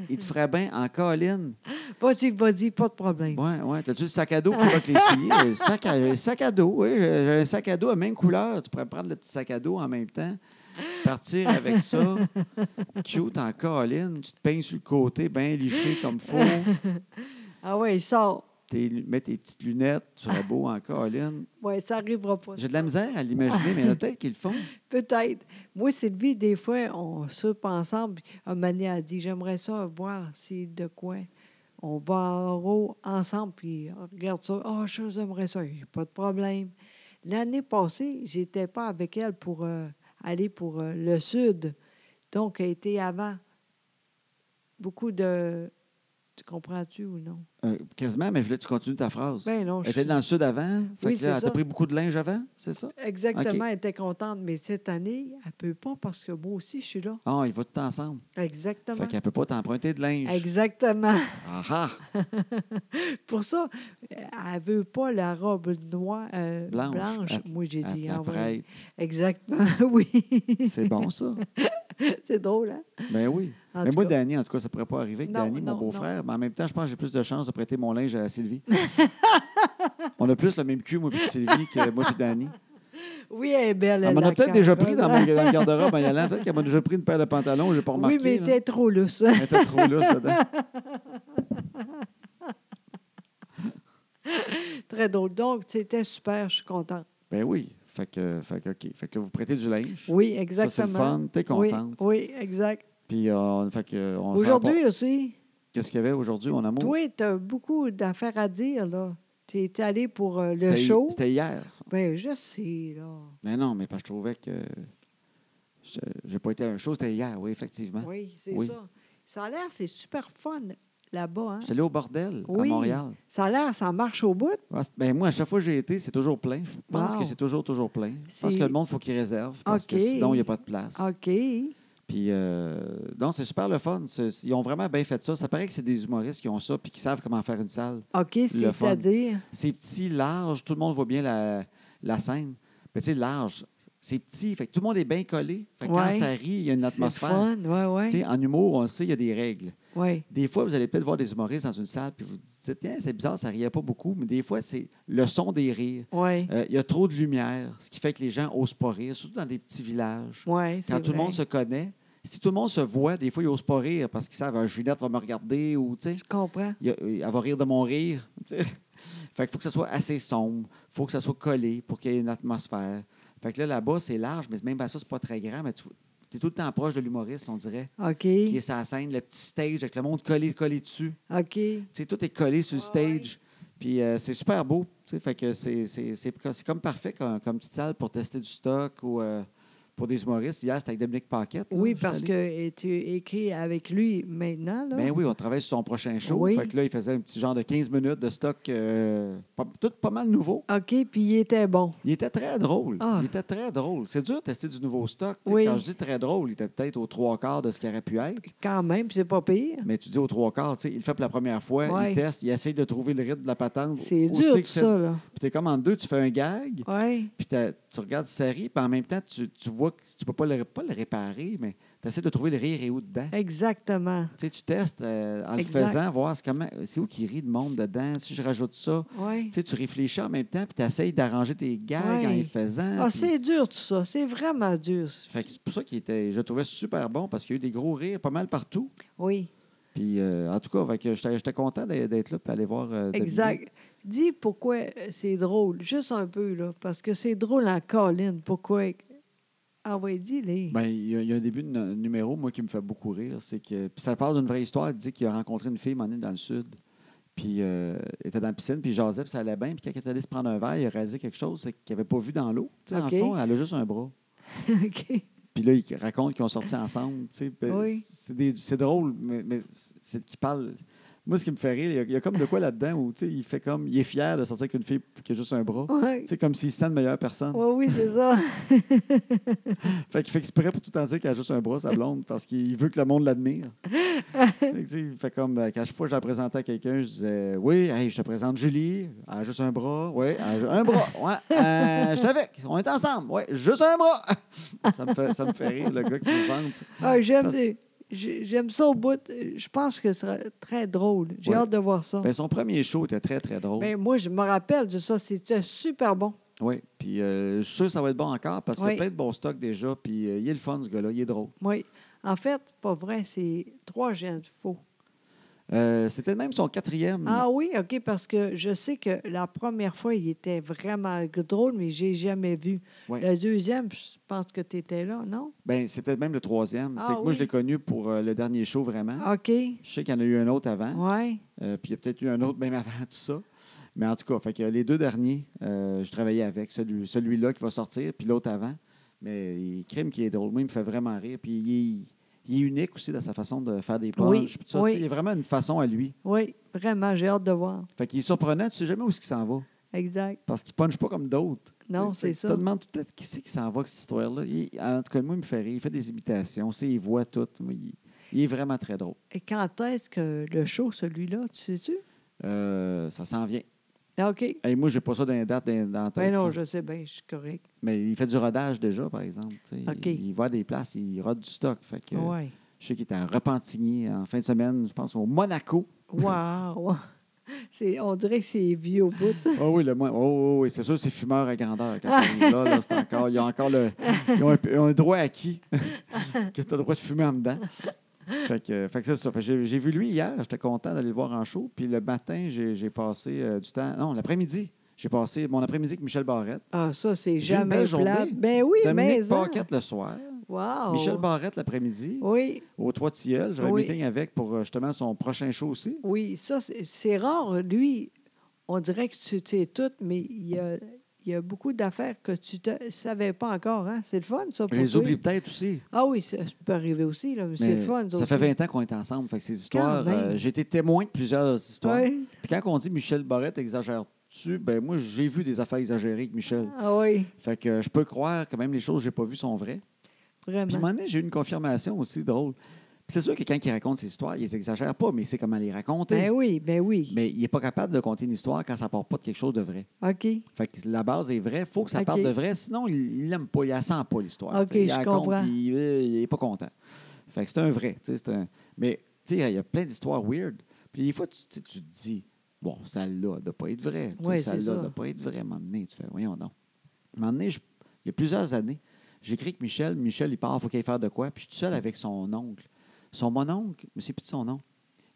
[SPEAKER 1] Il te ferait bien en colline.
[SPEAKER 2] Vas-y, vas-y, pas de problème.
[SPEAKER 1] Ouais, ouais. T'as-tu le sac à dos pour pas que les souliers? Euh, sac à- euh, sac à dos, oui. J'ai j'ai un sac à dos à même couleur. Tu pourrais prendre le petit sac à dos en même temps. Partir avec ça. Cute en colline. Tu te peignes sur le côté, bien liché comme faux.
[SPEAKER 2] Ah oui, il sort.
[SPEAKER 1] Tes lu- mets tes petites lunettes. Tu serais beau en colline.
[SPEAKER 2] Oui, ça n'arrivera pas.
[SPEAKER 1] J'ai de la misère à l'imaginer, mais il y en a peut-être qu'ils le font.
[SPEAKER 2] Peut-être. Moi, Sylvie, des fois, on soupe ensemble. puis Un moment donné, elle dit J'aimerais ça voir si de quoi. On va en haut ensemble, puis on regarde ça. Ah, je j'aimerais ça. Il n'y a pas de problème. L'année passée, j'étais pas avec elle pour euh, aller pour euh, le sud. Donc, elle était avant. Beaucoup de. Tu comprends-tu ou non?
[SPEAKER 1] Euh, quasiment, mais je voulais que tu continues ta phrase.
[SPEAKER 2] Ben non,
[SPEAKER 1] Elle
[SPEAKER 2] je
[SPEAKER 1] était dans le sud avant. Fait que là,
[SPEAKER 2] Oui, c'est
[SPEAKER 1] elle t'a
[SPEAKER 2] ça.
[SPEAKER 1] pris beaucoup de linge avant, c'est ça?
[SPEAKER 2] Exactement, elle était contente, mais cette année, elle ne peut pas parce que moi aussi, je suis là.
[SPEAKER 1] Ah, ils vont tout ensemble.
[SPEAKER 2] Exactement.
[SPEAKER 1] Fait qu'elle ne peut pas t'emprunter de linge.
[SPEAKER 2] Exactement.
[SPEAKER 1] Ah ah!
[SPEAKER 2] Pour ça, euh, elle veut pas la robe noire euh,
[SPEAKER 1] Blanche.
[SPEAKER 2] blanche.
[SPEAKER 1] Elle-
[SPEAKER 2] Moi, j'ai
[SPEAKER 1] Elle te
[SPEAKER 2] dit ah,
[SPEAKER 1] la
[SPEAKER 2] en vrai.
[SPEAKER 1] prête.
[SPEAKER 2] Exactement, oui.
[SPEAKER 1] C'est bon, ça.
[SPEAKER 2] C'est drôle, hein?
[SPEAKER 1] Ben oui.
[SPEAKER 2] En
[SPEAKER 1] Mais
[SPEAKER 2] tout
[SPEAKER 1] moi,
[SPEAKER 2] cas.
[SPEAKER 1] Danny, en tout cas, ça ne pourrait pas arriver que
[SPEAKER 2] Non,
[SPEAKER 1] Danny, mon
[SPEAKER 2] non,
[SPEAKER 1] beau-frère, mais en même temps, je pense que j'ai plus de chances de prêter mon linge à Sylvie. On a plus le même cul, moi et Sylvie, que moi et Danny.
[SPEAKER 2] Oui, elle est belle.
[SPEAKER 1] Elle m'en Ah, a
[SPEAKER 2] la
[SPEAKER 1] peut-être déjà
[SPEAKER 2] carte,
[SPEAKER 1] pris dans
[SPEAKER 2] hein?
[SPEAKER 1] mon dans le garde-robe en y allant. Peut-être qu'elle m'a déjà pris une paire de pantalons, je n'ai pas remarqué.
[SPEAKER 2] Oui, mais
[SPEAKER 1] là.
[SPEAKER 2] elle était trop lousse. hein?
[SPEAKER 1] Elle était trop lousse dedans.
[SPEAKER 2] Très drôle. Donc, c'était super, je suis contente.
[SPEAKER 1] Ben oui. Fait que, fait que, OK. Fait que là, vous prêtez du linge.
[SPEAKER 2] Oui,
[SPEAKER 1] Ça, c'est le
[SPEAKER 2] exactement.
[SPEAKER 1] fun. T'es
[SPEAKER 2] Oui,
[SPEAKER 1] contente.
[SPEAKER 2] oui, exact.
[SPEAKER 1] Puis, euh, on- fait que, euh, on s'en
[SPEAKER 2] Aujourd'hui aussi,
[SPEAKER 1] va. Qu'est-ce qu'il y avait aujourd'hui, mon amour?
[SPEAKER 2] toi, tu as beaucoup d'affaires à dire, là. Tu es allé pour euh, le
[SPEAKER 1] C'était hi-
[SPEAKER 2] show.
[SPEAKER 1] C'était Hein? hier, ça.
[SPEAKER 2] Ben, je sais, là.
[SPEAKER 1] Mais non, mais parce que je trouvais que. je- J'ai pas été à un show, c'était hier, oui, effectivement.
[SPEAKER 2] Oui, c'est
[SPEAKER 1] Oui.
[SPEAKER 2] ça. Ça a l'air, c'est super fun là-bas. Hein?
[SPEAKER 1] J'étais allé au bordel
[SPEAKER 2] Oui.
[SPEAKER 1] à Montréal.
[SPEAKER 2] Ça a l'air, ça marche au bout.
[SPEAKER 1] Ouais, c'est- Ben moi, à chaque fois que j'ai été, c'est toujours plein. Je pense
[SPEAKER 2] Wow.
[SPEAKER 1] que c'est toujours, toujours plein. Je pense
[SPEAKER 2] C'est-
[SPEAKER 1] que le monde, il faut qu'il réserve. Parce
[SPEAKER 2] OK.
[SPEAKER 1] que sinon, il n'y a pas de place.
[SPEAKER 2] OK.
[SPEAKER 1] Puis, euh, non, c'est super le fun. C'est- Ils ont vraiment bien fait ça. Ça paraît que c'est des humoristes qui ont ça puis qui savent comment faire une salle.
[SPEAKER 2] OK, c'est-à-dire.
[SPEAKER 1] C'est petit, large, tout le monde voit bien la, la scène. Mais tu sais, large, c'est petit. Fait que tout le monde est bien collé. Fait que quand
[SPEAKER 2] Ouais.
[SPEAKER 1] ça rit, il y a une atmosphère.
[SPEAKER 2] C'est le fun, oui,
[SPEAKER 1] Tu sais, en humour, on le sait, il y a des règles.
[SPEAKER 2] oui. Ouais.
[SPEAKER 1] Des fois, vous allez peut-être voir des humoristes dans une salle, puis vous dites, tiens, c'est bizarre, ça riait pas beaucoup, mais des fois, c'est le son des rires.
[SPEAKER 2] Ouais.
[SPEAKER 1] Euh, Il y a trop de lumière, ce qui fait que les gens n'osent pas rire, surtout dans des petits villages.
[SPEAKER 2] Ouais, c'est
[SPEAKER 1] Quand tout le
[SPEAKER 2] vrai.
[SPEAKER 1] monde se connaît, si tout le monde se voit, des fois, ils n'osent pas rire parce qu'ils savent, Ah, Juliette va me regarder ou, tu sais,
[SPEAKER 2] Je comprends.
[SPEAKER 1] il y a- euh, elle va rire de mon rire. tu sais. fait qu'il faut que ça soit assez sombre, il faut que ça soit collé pour qu'il y ait une atmosphère. Fait que là, là-bas, c'est large, mais même à ça, c'est pas très grand, mais tu, T'es tout le temps proche de l'humoriste, on dirait,
[SPEAKER 2] OK.
[SPEAKER 1] qui Ah, est sa scène, le petit stage avec le monde collé, collé dessus.
[SPEAKER 2] OK.
[SPEAKER 1] Tu sais, tout est collé sur le
[SPEAKER 2] Ah
[SPEAKER 3] Ouais, ouais.
[SPEAKER 1] stage. Puis euh, c'est super beau. tu sais, Fait que c'est- c'est c'est co- c'est comme parfait comme, comme petite salle pour tester du stock ou euh, pour des humoristes. Hier, c'était avec Dominique Paquette. là,
[SPEAKER 2] Oui,
[SPEAKER 1] j'étais
[SPEAKER 2] parce
[SPEAKER 1] allé.
[SPEAKER 2] que et tu écris avec lui maintenant, là.
[SPEAKER 1] Ben oui, on travaille sur son prochain show.
[SPEAKER 2] Oui.
[SPEAKER 1] Fait que là, il faisait un petit genre de 15 minutes de stock, euh, pas- tout pas mal nouveau.
[SPEAKER 2] OK, puis il était bon.
[SPEAKER 1] Il était très drôle.
[SPEAKER 2] Ah.
[SPEAKER 1] Il était très drôle. C'est dur de tester du nouveau stock. tu sais.
[SPEAKER 2] Oui.
[SPEAKER 1] Quand je dis très drôle, il était peut-être aux trois quarts de ce qu'il aurait pu être.
[SPEAKER 2] Quand même, puis c'est pas pire.
[SPEAKER 1] Mais tu dis aux trois quarts, tu sais, il le fait pour la première fois,
[SPEAKER 2] Ouais.
[SPEAKER 1] il teste, il essaye de trouver le rythme de la patente.
[SPEAKER 2] C'est
[SPEAKER 1] Où
[SPEAKER 2] dur,
[SPEAKER 1] c'est
[SPEAKER 2] tout
[SPEAKER 1] que c'est-
[SPEAKER 2] ça, là.
[SPEAKER 1] Puis t'es comme en deux, tu fais un gag,
[SPEAKER 2] Oui.
[SPEAKER 1] puis t'as- tu regardes si ça rit, puis en même temps, tu, tu vois que tu peux pas le, pas le réparer, mais tu essaies de trouver le rire et où dedans.
[SPEAKER 2] Exactement.
[SPEAKER 1] Tu sais, tu testes euh, en
[SPEAKER 2] Eh. Exact.
[SPEAKER 1] le faisant, voir c'est comment- c'est où qui rit le monde dedans, si je rajoute ça.
[SPEAKER 2] Oui.
[SPEAKER 1] Tu sais, tu réfléchis en même temps, puis tu essayes d'arranger tes gags
[SPEAKER 2] Ouais.
[SPEAKER 1] en les faisant.
[SPEAKER 2] Ah,
[SPEAKER 1] puis-
[SPEAKER 2] c'est dur, tout ça. C'est vraiment dur.
[SPEAKER 1] Fait que c'est pour ça qu'il était, je le trouvais super bon, parce qu'il y a eu des gros rires pas mal partout.
[SPEAKER 2] Oui,
[SPEAKER 1] Puis, euh, en tout cas, fait que j'étais j'étais content d'être d'être là, puis aller voir. euh, Dominique.
[SPEAKER 2] exact. Dis pourquoi euh, c'est drôle, juste un peu, là, parce que c'est drôle en colline. Pourquoi? Ah oui, dis-les.
[SPEAKER 1] Ben, il y, a- il y a un début de nu- numéro, moi, qui me fait beaucoup rire. C'est que. Puis ça part d'une vraie histoire. Il dit qu'il a rencontré une fille, m'en est dans le sud. Puis euh, il était dans la piscine, puis il jasait, puis ça allait bien. Puis quand il est allé se prendre un verre, il a réalisé quelque chose c'est qu'il n'avait pas vu dans l'eau. Tu sais,
[SPEAKER 2] OK.
[SPEAKER 1] En fond, elle a juste un bras.
[SPEAKER 2] OK.
[SPEAKER 1] Puis là, il raconte qu'ils ont sorti ensemble. tu sais. Ben,
[SPEAKER 2] Oui.
[SPEAKER 1] C'est des- c'est drôle, mais, mais c'est qu'il parle. Moi, ce qui me fait rire, il y a, il y a comme de quoi là-dedans où tu sais, il fait comme. Il est fier de sortir avec une fille qui a juste un bras.
[SPEAKER 2] Oui,
[SPEAKER 1] C'est comme s'il se sent une meilleure personne.
[SPEAKER 2] oui, oui, c'est ça.
[SPEAKER 1] Fait qu'il fait exprès pour tout en dire qu'il a juste un bras, sa blonde, parce qu'il veut que le monde l'admire. fait, que, tu sais, il fait comme, euh, quand chaque fois que je la présentais à quelqu'un, je disais Oui, hey, je te présente Julie, elle a juste un bras. Oui, elle a ju- un bras. Ouais, euh, je suis avec, on est ensemble. Oui, juste un bras. ça, me fait, ça me fait rire, le gars qui se vante.
[SPEAKER 2] Ah, j'aime,
[SPEAKER 1] Parce-
[SPEAKER 2] j'ai- j'aime ça au bout. Je pense que ce sera très drôle. J'ai
[SPEAKER 1] Ouais.
[SPEAKER 2] hâte de voir ça.
[SPEAKER 1] Ben, son premier show était très, très drôle.
[SPEAKER 2] Ben, moi, je me rappelle de ça. C'était super bon.
[SPEAKER 1] Oui, puis euh, je suis sûr que ça va être bon encore parce qu'il
[SPEAKER 2] Oui.
[SPEAKER 1] y a plein de bons stocks déjà, puis euh, il est le fun, ce gars-là, il est drôle.
[SPEAKER 2] Oui. En fait, pas vrai, c'est trois jeunes faux.
[SPEAKER 1] Euh, c'est peut-être même son quatrième.
[SPEAKER 2] Ah oui, OK, parce que je sais que la première fois, il était vraiment drôle, mais j'ai jamais vu.
[SPEAKER 1] Ouais.
[SPEAKER 2] Le deuxième, je pense que tu étais là, non?
[SPEAKER 1] Ben, c'est peut-être même le troisième.
[SPEAKER 2] Ah
[SPEAKER 1] c'est que moi,
[SPEAKER 2] oui.
[SPEAKER 1] je l'ai connu pour euh, le dernier show vraiment.
[SPEAKER 2] OK. Oui.
[SPEAKER 1] Je sais qu'il y en a eu un autre avant,
[SPEAKER 2] Ouais.
[SPEAKER 1] euh, puis il y a peut-être eu un autre même avant tout ça. Mais en tout cas, fait que les deux derniers, euh, je travaillais avec celui, celui-là qui va sortir, puis l'autre avant. Mais il crime qui est drôle. Moi, il me fait vraiment rire. Puis il est, il est unique aussi dans sa façon de faire des punches.
[SPEAKER 2] Oui,
[SPEAKER 1] puis tout ça. Tu
[SPEAKER 2] oui.
[SPEAKER 1] sais, Il y a vraiment une façon à lui.
[SPEAKER 2] Oui, vraiment, j'ai hâte de voir.
[SPEAKER 1] Fait qu'il est surprenant. Tu sais jamais où il s'en va.
[SPEAKER 2] Exact.
[SPEAKER 1] Parce qu'il punche pas comme d'autres.
[SPEAKER 2] Non,
[SPEAKER 1] Tu sais, fait
[SPEAKER 2] c'est
[SPEAKER 1] que
[SPEAKER 2] ça.
[SPEAKER 1] Tu te demandes peut-être qui c'est qui s'en va avec cette histoire-là. Il- En tout cas, moi, il me fait rire. Il fait des imitations. C'est, il voit tout. Moi, il- il est vraiment très drôle.
[SPEAKER 2] Et quand est-ce que le show, celui-là, tu sais-tu?
[SPEAKER 1] Euh, ça s'en vient.
[SPEAKER 2] Ah, OK.
[SPEAKER 1] Hey, moi, j'ai pas ça dans les dates dans, dans la tête,
[SPEAKER 2] Ben non,
[SPEAKER 1] là.
[SPEAKER 2] je sais bien, je suis correct.
[SPEAKER 1] Mais il fait du rodage déjà, par exemple. tu sais.
[SPEAKER 2] OK.
[SPEAKER 1] Il, il va à des places, il rode du stock. Fait que,
[SPEAKER 2] Oui.
[SPEAKER 1] Je sais qu'il était à Repentigny en fin de semaine, je pense au Monaco.
[SPEAKER 2] Wow! C'est, on dirait que c'est vieux au bout.
[SPEAKER 1] Ah oui, le Mon- oh, oui, oui, c'est sûr, c'est fumeur à grandeur. Quand on est là, là, c'est encore, ils ont encore le, ils ont un, ils ont un droit acquis que tu as le droit de fumer en dedans. Fait que, fait que c'est ça. Fait que j'ai, j'ai vu lui hier, j'étais content d'aller le voir en show. Puis le matin, j'ai, j'ai passé euh, du temps. Non, l'après-midi. J'ai passé mon après-midi avec Michel Barrette.
[SPEAKER 2] Ah, ça, c'est
[SPEAKER 1] J'ai une
[SPEAKER 2] jamais
[SPEAKER 1] belle journée.
[SPEAKER 2] plat. Ben oui, mais.
[SPEAKER 1] Dominique
[SPEAKER 2] ça.
[SPEAKER 1] Paquette le soir.
[SPEAKER 2] Wow!
[SPEAKER 1] Michel Barrette l'après-midi,
[SPEAKER 2] Oui,
[SPEAKER 1] au Trois Tilleuls. J'avais
[SPEAKER 2] Oh. Oui.
[SPEAKER 1] un meeting avec pour euh, justement son prochain show aussi.
[SPEAKER 2] oui, ça, c'est, c'est rare. Lui, on dirait que tu sais tout, mais il y a, il y a beaucoup d'affaires que tu ne savais pas encore. Hein? C'est le fun, ça, pour
[SPEAKER 1] Je les
[SPEAKER 2] toi.
[SPEAKER 1] oublie peut-être aussi.
[SPEAKER 2] Ah oui, ça, ça peut arriver aussi, là, mais, c'est
[SPEAKER 1] mais
[SPEAKER 2] le fun.
[SPEAKER 1] ça fait 20 ans qu'on est ensemble. Fait que ces histoires,
[SPEAKER 2] même.
[SPEAKER 1] euh, j'ai été témoin de plusieurs histoires.
[SPEAKER 2] Oui.
[SPEAKER 1] Puis quand on dit Michel Barrette exagère-tu, ben moi, j'ai vu des affaires exagérées avec Michel.
[SPEAKER 2] Ah oui,
[SPEAKER 1] Fait que euh, je peux croire que même les choses que j'ai pas vues sont vraies. Puis à un
[SPEAKER 2] vraiment.
[SPEAKER 1] moment donné, j'ai eu une confirmation aussi drôle. Puis c'est sûr que quand il raconte ses histoires, il les exagère pas, mais il sait comment les raconter.
[SPEAKER 2] Ben oui, ben oui.
[SPEAKER 1] Mais il est pas capable de conter une histoire quand ça part pas de quelque chose de vrai.
[SPEAKER 2] OK.
[SPEAKER 1] Fait que la base est vraie, il faut que ça
[SPEAKER 2] OK.
[SPEAKER 1] parte de vrai, sinon il l'aime pas, il la sent pas l'histoire.
[SPEAKER 2] OK,
[SPEAKER 1] T'sais, il
[SPEAKER 2] je
[SPEAKER 1] la raconte,
[SPEAKER 2] comprends.
[SPEAKER 1] puis Il, euh, il est pas content. Fait que c'est un vrai. t'sais, c'est Un... Mais tu sais, il y a plein d'histoires weird. Puis des fois, tu, tu sais, tu te dis, bon, celle-là ne doit pas être vraie. Tu sais,
[SPEAKER 2] Ouais, c'est
[SPEAKER 1] celle-là
[SPEAKER 2] ça.
[SPEAKER 1] ne doit pas être vraie. À un moment donné, tu fais, voyons donc. À un moment donné, je- il y a plusieurs années, j'écris que Michel, Michel, il part, faut qu'il fasse de quoi. Puis je suis tout seul avec son oncle. Son mononcle, je ne sais plus de son nom.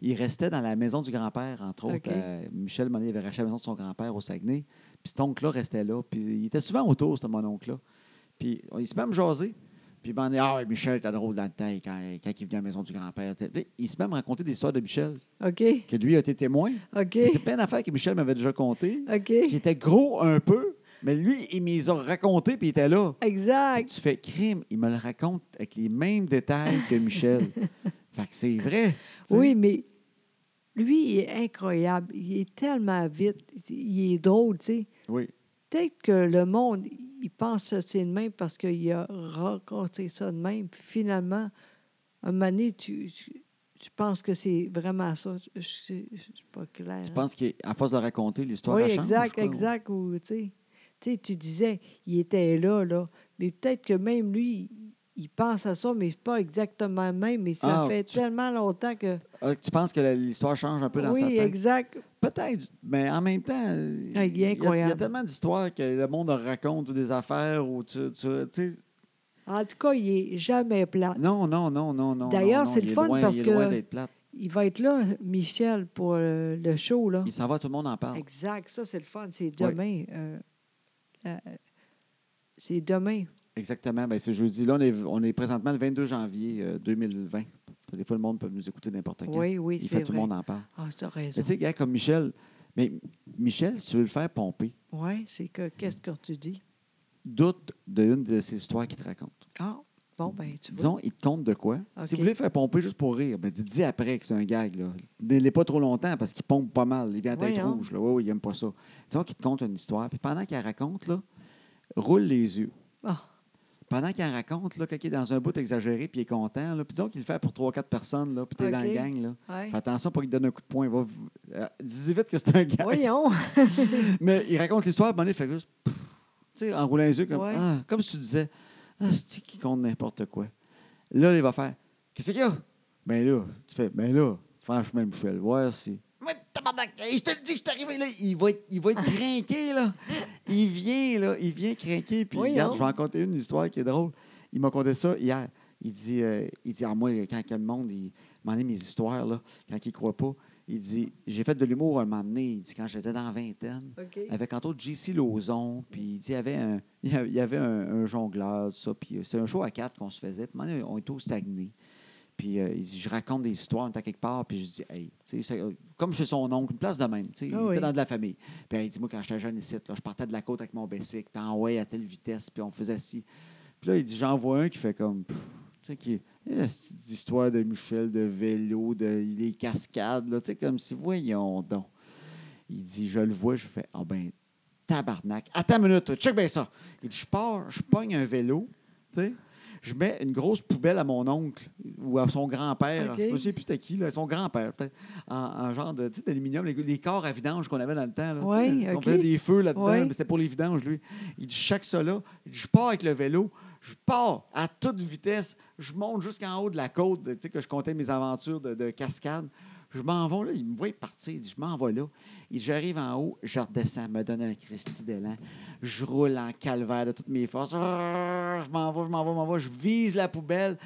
[SPEAKER 1] Il restait dans la maison du grand-père, entre
[SPEAKER 2] OK.
[SPEAKER 1] autres. Euh, Michel Monet avait racheté la maison de son grand-père au Saguenay. Puis cet oncle-là restait là. Puis il était souvent autour, ce mononcle-là. Puis on- il se met à me jaser. Puis il m'en dit Ah, Michel, t'as drôle dans le temps quand, quand il vient à la maison du grand-père. Il se met à me raconter des histoires de Michel,
[SPEAKER 2] OK,
[SPEAKER 1] que lui a été témoin.
[SPEAKER 2] OK,
[SPEAKER 1] Et C'est plein d'affaires que Michel m'avait déjà contées,
[SPEAKER 2] OK.
[SPEAKER 1] qui étaient gros un peu, mais lui, il me les a racontées, puis il était là. Fait que
[SPEAKER 2] Exact.
[SPEAKER 1] tu fais crime, il me le raconte avec les mêmes détails que Michel. fait que c'est vrai. tu sais.
[SPEAKER 2] Oui, mais lui, il est incroyable. Il est tellement vite. Il est drôle, tu sais.
[SPEAKER 1] Oui.
[SPEAKER 2] Peut-être que le monde, il pense que c'est de même parce qu'il a raconté ça de même. Puis finalement, un moment donné, tu, tu, tu penses que c'est vraiment ça. Je ne suis pas clair. hein?
[SPEAKER 1] Tu penses qu'à force de le raconter, l'histoire
[SPEAKER 2] Oui,
[SPEAKER 1] elle change? je
[SPEAKER 2] exact,
[SPEAKER 1] crois, ou-
[SPEAKER 2] exact. Ou, tu sais, tu sais, tu disais, il était là, là. Mais peut-être que même lui, il pense à ça, mais c'est pas exactement le même. Mais ça
[SPEAKER 1] Ah,
[SPEAKER 2] fait
[SPEAKER 1] tu-
[SPEAKER 2] tellement longtemps que.
[SPEAKER 1] Ah, tu penses que la- l'histoire change un peu dans sa
[SPEAKER 2] oui,
[SPEAKER 1] tête?
[SPEAKER 2] exact.
[SPEAKER 1] Peut-être, mais en même temps, il y a-
[SPEAKER 2] Ah, il est
[SPEAKER 1] il y, a,
[SPEAKER 2] incroyable.
[SPEAKER 1] tellement d'histoires que le monde raconte ou des affaires ou tu, tu- tu sais.
[SPEAKER 2] En tout cas, il est jamais plat.
[SPEAKER 1] Non, non, non, non, non.
[SPEAKER 2] Ah. D'ailleurs,
[SPEAKER 1] non, non,
[SPEAKER 2] c'est le
[SPEAKER 1] il est
[SPEAKER 2] fun
[SPEAKER 1] loin-
[SPEAKER 2] parce
[SPEAKER 1] il est loin
[SPEAKER 2] que-
[SPEAKER 1] d'être plate.
[SPEAKER 2] Il va être là, Michel, pour euh, le show, là.
[SPEAKER 1] Il s'en va, tout le monde en parle.
[SPEAKER 2] Exact, ça, c'est le fun. C'est demain. euh, euh, c'est demain.
[SPEAKER 1] Exactement. Ben, ce jeudi-là, on est, on est présentement le 22 janvier euh, 2020. Des fois, le monde peut nous écouter n'importe quand.
[SPEAKER 2] Oui, oui,
[SPEAKER 1] il
[SPEAKER 2] c'est
[SPEAKER 1] fait
[SPEAKER 2] vrai.
[SPEAKER 1] tout le monde en parle.
[SPEAKER 2] Ah, tu as raison.
[SPEAKER 1] Mais tu sais, gars, comme Michel, mais Michel, si tu veux le faire pomper,
[SPEAKER 2] Oui, c'est que qu'est-ce que tu dis?
[SPEAKER 1] doute d'une de ces histoires qu'il te raconte.
[SPEAKER 2] Ah, bon, ben tu vois.
[SPEAKER 1] Disons, il te compte de quoi.
[SPEAKER 2] OK.
[SPEAKER 1] Si vous voulez le faire pomper juste pour rire, ben, dis après que c'est un gag. Là. N'allez pas trop longtemps parce qu'il pompe pas mal. Il vient à tête
[SPEAKER 2] Voyons.
[SPEAKER 1] rouge. Là. Oui, oui, il n'aime pas ça. Disons qu'il te compte une histoire. Puis pendant qu'il la raconte, là, roule les yeux.
[SPEAKER 2] Ah,
[SPEAKER 1] Pendant qu'il la raconte, là, quand il est dans un bout exagéré puis il est content, là, puis disons qu'il le fait pour 3-4 personnes, là, puis t'es dans
[SPEAKER 2] OK.
[SPEAKER 1] le gang. Là.
[SPEAKER 2] ouais.
[SPEAKER 1] Fais attention pour qu'il te donne un coup de poing. Va... euh, dis vite que c'est un gag.
[SPEAKER 2] Voyons.
[SPEAKER 1] Mais il raconte l'histoire, à un moment donné, il fait juste. pff, Tu sais, en roulant les yeux, comme,
[SPEAKER 2] Ouais.
[SPEAKER 1] ah, comme si tu disais, ah, c'est qui compte n'importe quoi. Là, il va faire, qu'est-ce qu'il y a? Ben là, tu fais, ben là, franchement, Michel, voir si. Mais tabarnak, hey, je te le dis, je suis arrivé là. Il va être, il va être craqué, là. Il vient, là, il vient craquer. Puis,
[SPEAKER 2] Voyons.
[SPEAKER 1] regarde, je vais en conter une histoire qui est drôle. Il m'a conté ça hier. Il dit, euh, il dit, ah, moi, quand que le monde, il m'en est mes histoires, là, quand il ne croit pas, il dit, j'ai fait de l'humour un moment donné. Il dit, quand j'étais dans la vingtaine,
[SPEAKER 2] OK.
[SPEAKER 1] avec entre autres JC Lauzon, puis il dit, il y avait un, il y avait- il y avait un, un jongleur, tout ça, puis euh, c'était un show à quatre qu'on se faisait, puis à un moment donné, on était au Saguenay. Puis euh, il dit, je raconte des histoires, on était à quelque part, puis je dis, hey, tu sais, c'est- euh, comme chez son oncle, une place de même, tu sais, il
[SPEAKER 2] Ah oui.
[SPEAKER 1] était dans de la famille. Puis euh, il dit, moi, quand j'étais jeune ici, là, je partais de la côte avec mon bicycle, puis en way à telle vitesse, puis on faisait ci. Puis là, il dit, j'en vois un qui fait comme, pff, tu sais, qui eh, cette petite histoire de Michel, de vélo, de des cascades, là, tu sais, comme si, voyons donc. Il dit, je le vois, je fais, ah ben, tabarnak. Attends une minute, toi, check bien ça. Il dit, je pars, je pogne un vélo, tu sais, je mets une grosse poubelle à mon oncle ou à son grand-père,
[SPEAKER 2] OK.
[SPEAKER 1] je me souviens plus c'était qui, là, son grand-père, peut-être, en, en genre de, tu sais, d'aluminium, les, les corps à vidange qu'on avait dans le temps, là, tu sais,
[SPEAKER 2] Ouais,
[SPEAKER 1] qu'on
[SPEAKER 2] OK.
[SPEAKER 1] faisait des feux là-dedans,
[SPEAKER 2] Ouais.
[SPEAKER 1] mais c'était pour les vidanges, lui. Il dit, chaque ça là, il dit, je pars avec le vélo, je pars à toute vitesse, je monte jusqu'en haut de la côte, tu sais, que je comptais mes aventures de, de cascade. Je m'en vais, là, il me voit partir, il dit, je m'en vais là. Il dit, j'arrive en haut, je redescends, me donne un Christi d'élan. Je roule en calvaire de toutes mes forces. Je m'en vais, je m'en vais, je m'en vais, je vise la poubelle.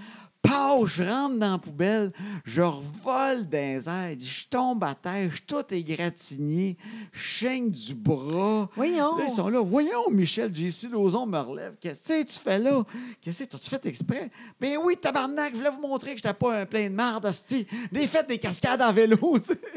[SPEAKER 1] Pow, je rentre dans la poubelle, je revole dans les airs, Il dit, je tombe à terre, je suis tout égratigné, je chaîne du bras.
[SPEAKER 2] Voyons.
[SPEAKER 1] Là, ils sont là. Voyons, Michel, JC Lauzon me relève. Qu'est-ce que tu fais là? Qu'est-ce que tu fait exprès? Ben oui, tabarnak, je voulais vous montrer que j'étais pas un plein de marde, hostie. Des fêtes des cascades en vélo, tu sais.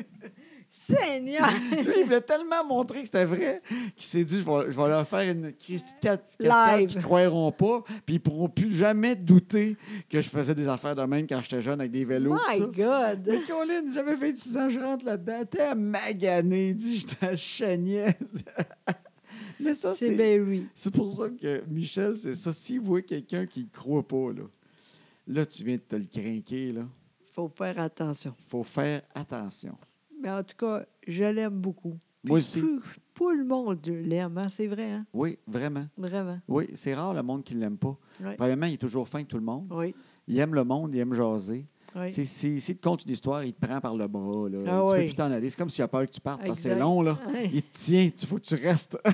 [SPEAKER 2] Seigneur.
[SPEAKER 1] Lui, il voulait tellement montrer que c'était vrai qu'il s'est dit, je vais, je vais leur faire une Christie de cat- cascade
[SPEAKER 2] Live.
[SPEAKER 1] qu'ils ne croiront pas, puis ils pourront plus jamais douter que je faisais des affaires de même quand j'étais jeune avec des vélos. tout
[SPEAKER 2] My
[SPEAKER 1] ça.
[SPEAKER 2] God.
[SPEAKER 1] Mais Colin, j'avais 26 ans, je rentre là-dedans. T'es magané, dit, je t'en chagnais. Mais ça,
[SPEAKER 2] C'est
[SPEAKER 1] c'est.
[SPEAKER 2] bien lui.
[SPEAKER 1] C'est pour ça que Michel, c'est ça. Si vous voyez quelqu'un qui ne croit pas, là, là, tu viens de te le craquer, là.
[SPEAKER 2] faut faire attention.
[SPEAKER 1] faut faire attention.
[SPEAKER 2] Mais en tout cas, je l'aime beaucoup.
[SPEAKER 1] Moi aussi.
[SPEAKER 2] Tout, tout le monde l'aime, hein, c'est vrai, hein?
[SPEAKER 1] Oui, vraiment.
[SPEAKER 2] Vraiment.
[SPEAKER 1] Oui, c'est rare le monde qui ne l'aime pas.
[SPEAKER 2] Oui.
[SPEAKER 1] Premièrement, il est toujours fin que tout le monde.
[SPEAKER 2] Oui.
[SPEAKER 1] Il aime le monde, il aime jaser.
[SPEAKER 2] oui.
[SPEAKER 1] S'il si, si te compte une histoire, il te prend par le bras. Là.
[SPEAKER 2] Ah
[SPEAKER 1] tu
[SPEAKER 2] oui.
[SPEAKER 1] peux plus t'en aller. C'est comme s'il a peur que tu partes parce que c'est
[SPEAKER 2] Exact.
[SPEAKER 1] long. Là.
[SPEAKER 2] Ouais.
[SPEAKER 1] Il te tient, il faut que tu restes.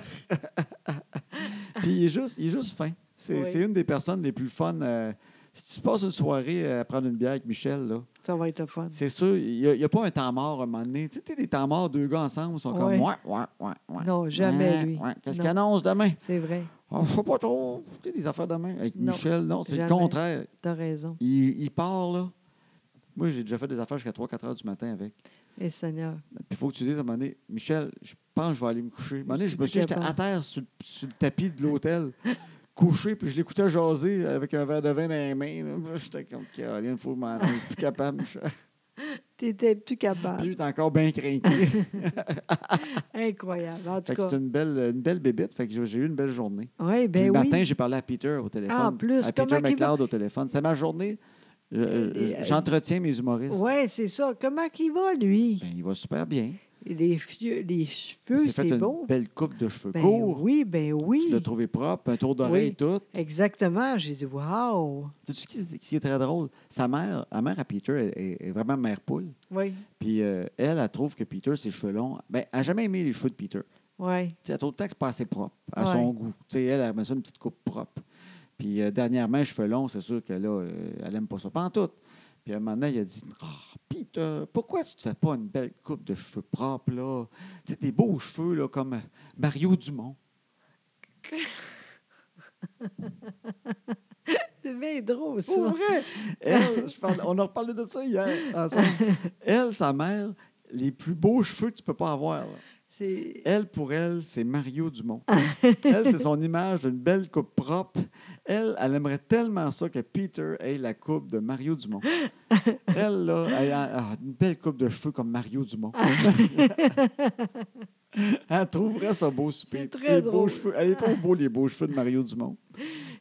[SPEAKER 1] Puis il est juste, il est juste fin. C'est
[SPEAKER 2] Oui.
[SPEAKER 1] c'est une des personnes les plus fun. euh, si tu passes une soirée euh, à prendre une bière avec Michel, là,
[SPEAKER 2] Ça va être le fun.
[SPEAKER 1] C'est sûr, il n'y a, il y a pas un temps mort à un moment donné. Tu sais, des temps morts, deux gars ensemble, ils sont comme
[SPEAKER 2] Ouais.
[SPEAKER 1] ouais, ouais, ouais, ouais.
[SPEAKER 2] Non, jamais
[SPEAKER 1] Ouais,
[SPEAKER 2] lui.
[SPEAKER 1] ouais. Qu'est-ce
[SPEAKER 2] Non.
[SPEAKER 1] qu'il annonce demain?
[SPEAKER 2] C'est vrai.
[SPEAKER 1] Ah, je sais pas trop. Tu sais, des affaires de même. Avec
[SPEAKER 2] Non,
[SPEAKER 1] Michel, non, c'est le
[SPEAKER 2] jamais.
[SPEAKER 1] contraire.
[SPEAKER 2] T'as raison.
[SPEAKER 1] Il, il part, là. Moi, j'ai déjà fait des affaires jusqu'à 3-4 heures du matin avec.
[SPEAKER 2] Et Seigneur.
[SPEAKER 1] Puis il faut que tu dises à un moment donné, Michel, je pense que je vais aller me coucher. À un moment donné,
[SPEAKER 2] Je
[SPEAKER 1] je
[SPEAKER 2] suis
[SPEAKER 1] me suis
[SPEAKER 2] plus
[SPEAKER 1] j'étais à
[SPEAKER 2] capable.
[SPEAKER 1] terre sur, le- sur le tapis de l'hôtel, couché, puis je l'écoutais jaser avec un verre de vin dans les mains. là. Moi, J'étais comme, Caroline, il faut que je m'en aille. plus capable. Michel.
[SPEAKER 2] T'étais plus capable.
[SPEAKER 1] Puis t'es encore bien craqué.
[SPEAKER 2] Incroyable. En tout
[SPEAKER 1] fait que
[SPEAKER 2] cas.
[SPEAKER 1] c'est une belle, une belle bébite. Fait que j'ai j'ai eu une belle journée. Puis
[SPEAKER 2] Oui, ben
[SPEAKER 1] le
[SPEAKER 2] oui.
[SPEAKER 1] matin, j'ai parlé à Peter au téléphone.
[SPEAKER 2] Ah, en plus,
[SPEAKER 1] à
[SPEAKER 2] comment
[SPEAKER 1] Peter
[SPEAKER 2] qu'il va?
[SPEAKER 1] McLeod au téléphone. C'est ma journée. Je-
[SPEAKER 2] Euh,
[SPEAKER 1] je-
[SPEAKER 2] euh,
[SPEAKER 1] J'entretiens mes humoristes.
[SPEAKER 2] Oui, c'est ça. Comment qu'il va, lui?
[SPEAKER 1] Ben, il va super bien.
[SPEAKER 2] Les, fieux- les
[SPEAKER 1] Il
[SPEAKER 2] cheveux,
[SPEAKER 1] s'est fait
[SPEAKER 2] c'est
[SPEAKER 1] une
[SPEAKER 2] beau.
[SPEAKER 1] belle coupe de cheveux
[SPEAKER 2] Ben
[SPEAKER 1] courts.
[SPEAKER 2] oui, ben
[SPEAKER 1] Tu
[SPEAKER 2] oui.
[SPEAKER 1] l'as trouvé propre, un tour d'oreille
[SPEAKER 2] Oui.
[SPEAKER 1] et tout.
[SPEAKER 2] Exactement. J'ai dit, wow.
[SPEAKER 1] Sais-tu ce qui, ce qui est très drôle? Sa mère, la mère à Peter est- est, est vraiment mère poule.
[SPEAKER 2] Oui,
[SPEAKER 1] Puis euh, elle, elle trouve que Peter, ses cheveux longs, ben, elle n'a jamais aimé les cheveux de Peter.
[SPEAKER 2] oui.
[SPEAKER 1] Tu sais, elle trouve tant que c'est pas assez propre, à
[SPEAKER 2] Ouais.
[SPEAKER 1] son goût. Tu sais, elle, elle met ça une petite coupe propre. Puis euh, dernièrement, les cheveux longs, c'est sûr que là, euh, elle n'aime pas ça. Pas en tout. Puis à un moment donné, il a dit Ah, Peter, pourquoi tu ne te fais pas une belle coupe de cheveux propres, là? Tu sais, tes beaux cheveux, là, comme euh, Mario Dumont.
[SPEAKER 2] C'est bien drôle, ça.
[SPEAKER 1] Pour vrai! Elle, je parle- on a reparlé de ça hier ensemble. Elle, sa mère, les plus beaux cheveux que tu peux pas avoir. là.
[SPEAKER 2] C'est...
[SPEAKER 1] Elle, pour elle, c'est Mario Dumont. elle, c'est son image d'une belle coupe propre. Elle, elle aimerait tellement ça que Peter ait la coupe de Mario Dumont. Elle, là, elle a elle a une belle coupe de cheveux comme Mario Dumont. elle trouverait ça beau souper.
[SPEAKER 2] C'est très
[SPEAKER 1] les beaux
[SPEAKER 2] drôle.
[SPEAKER 1] cheveux. Elle est trop beau, les beaux cheveux de Mario Dumont.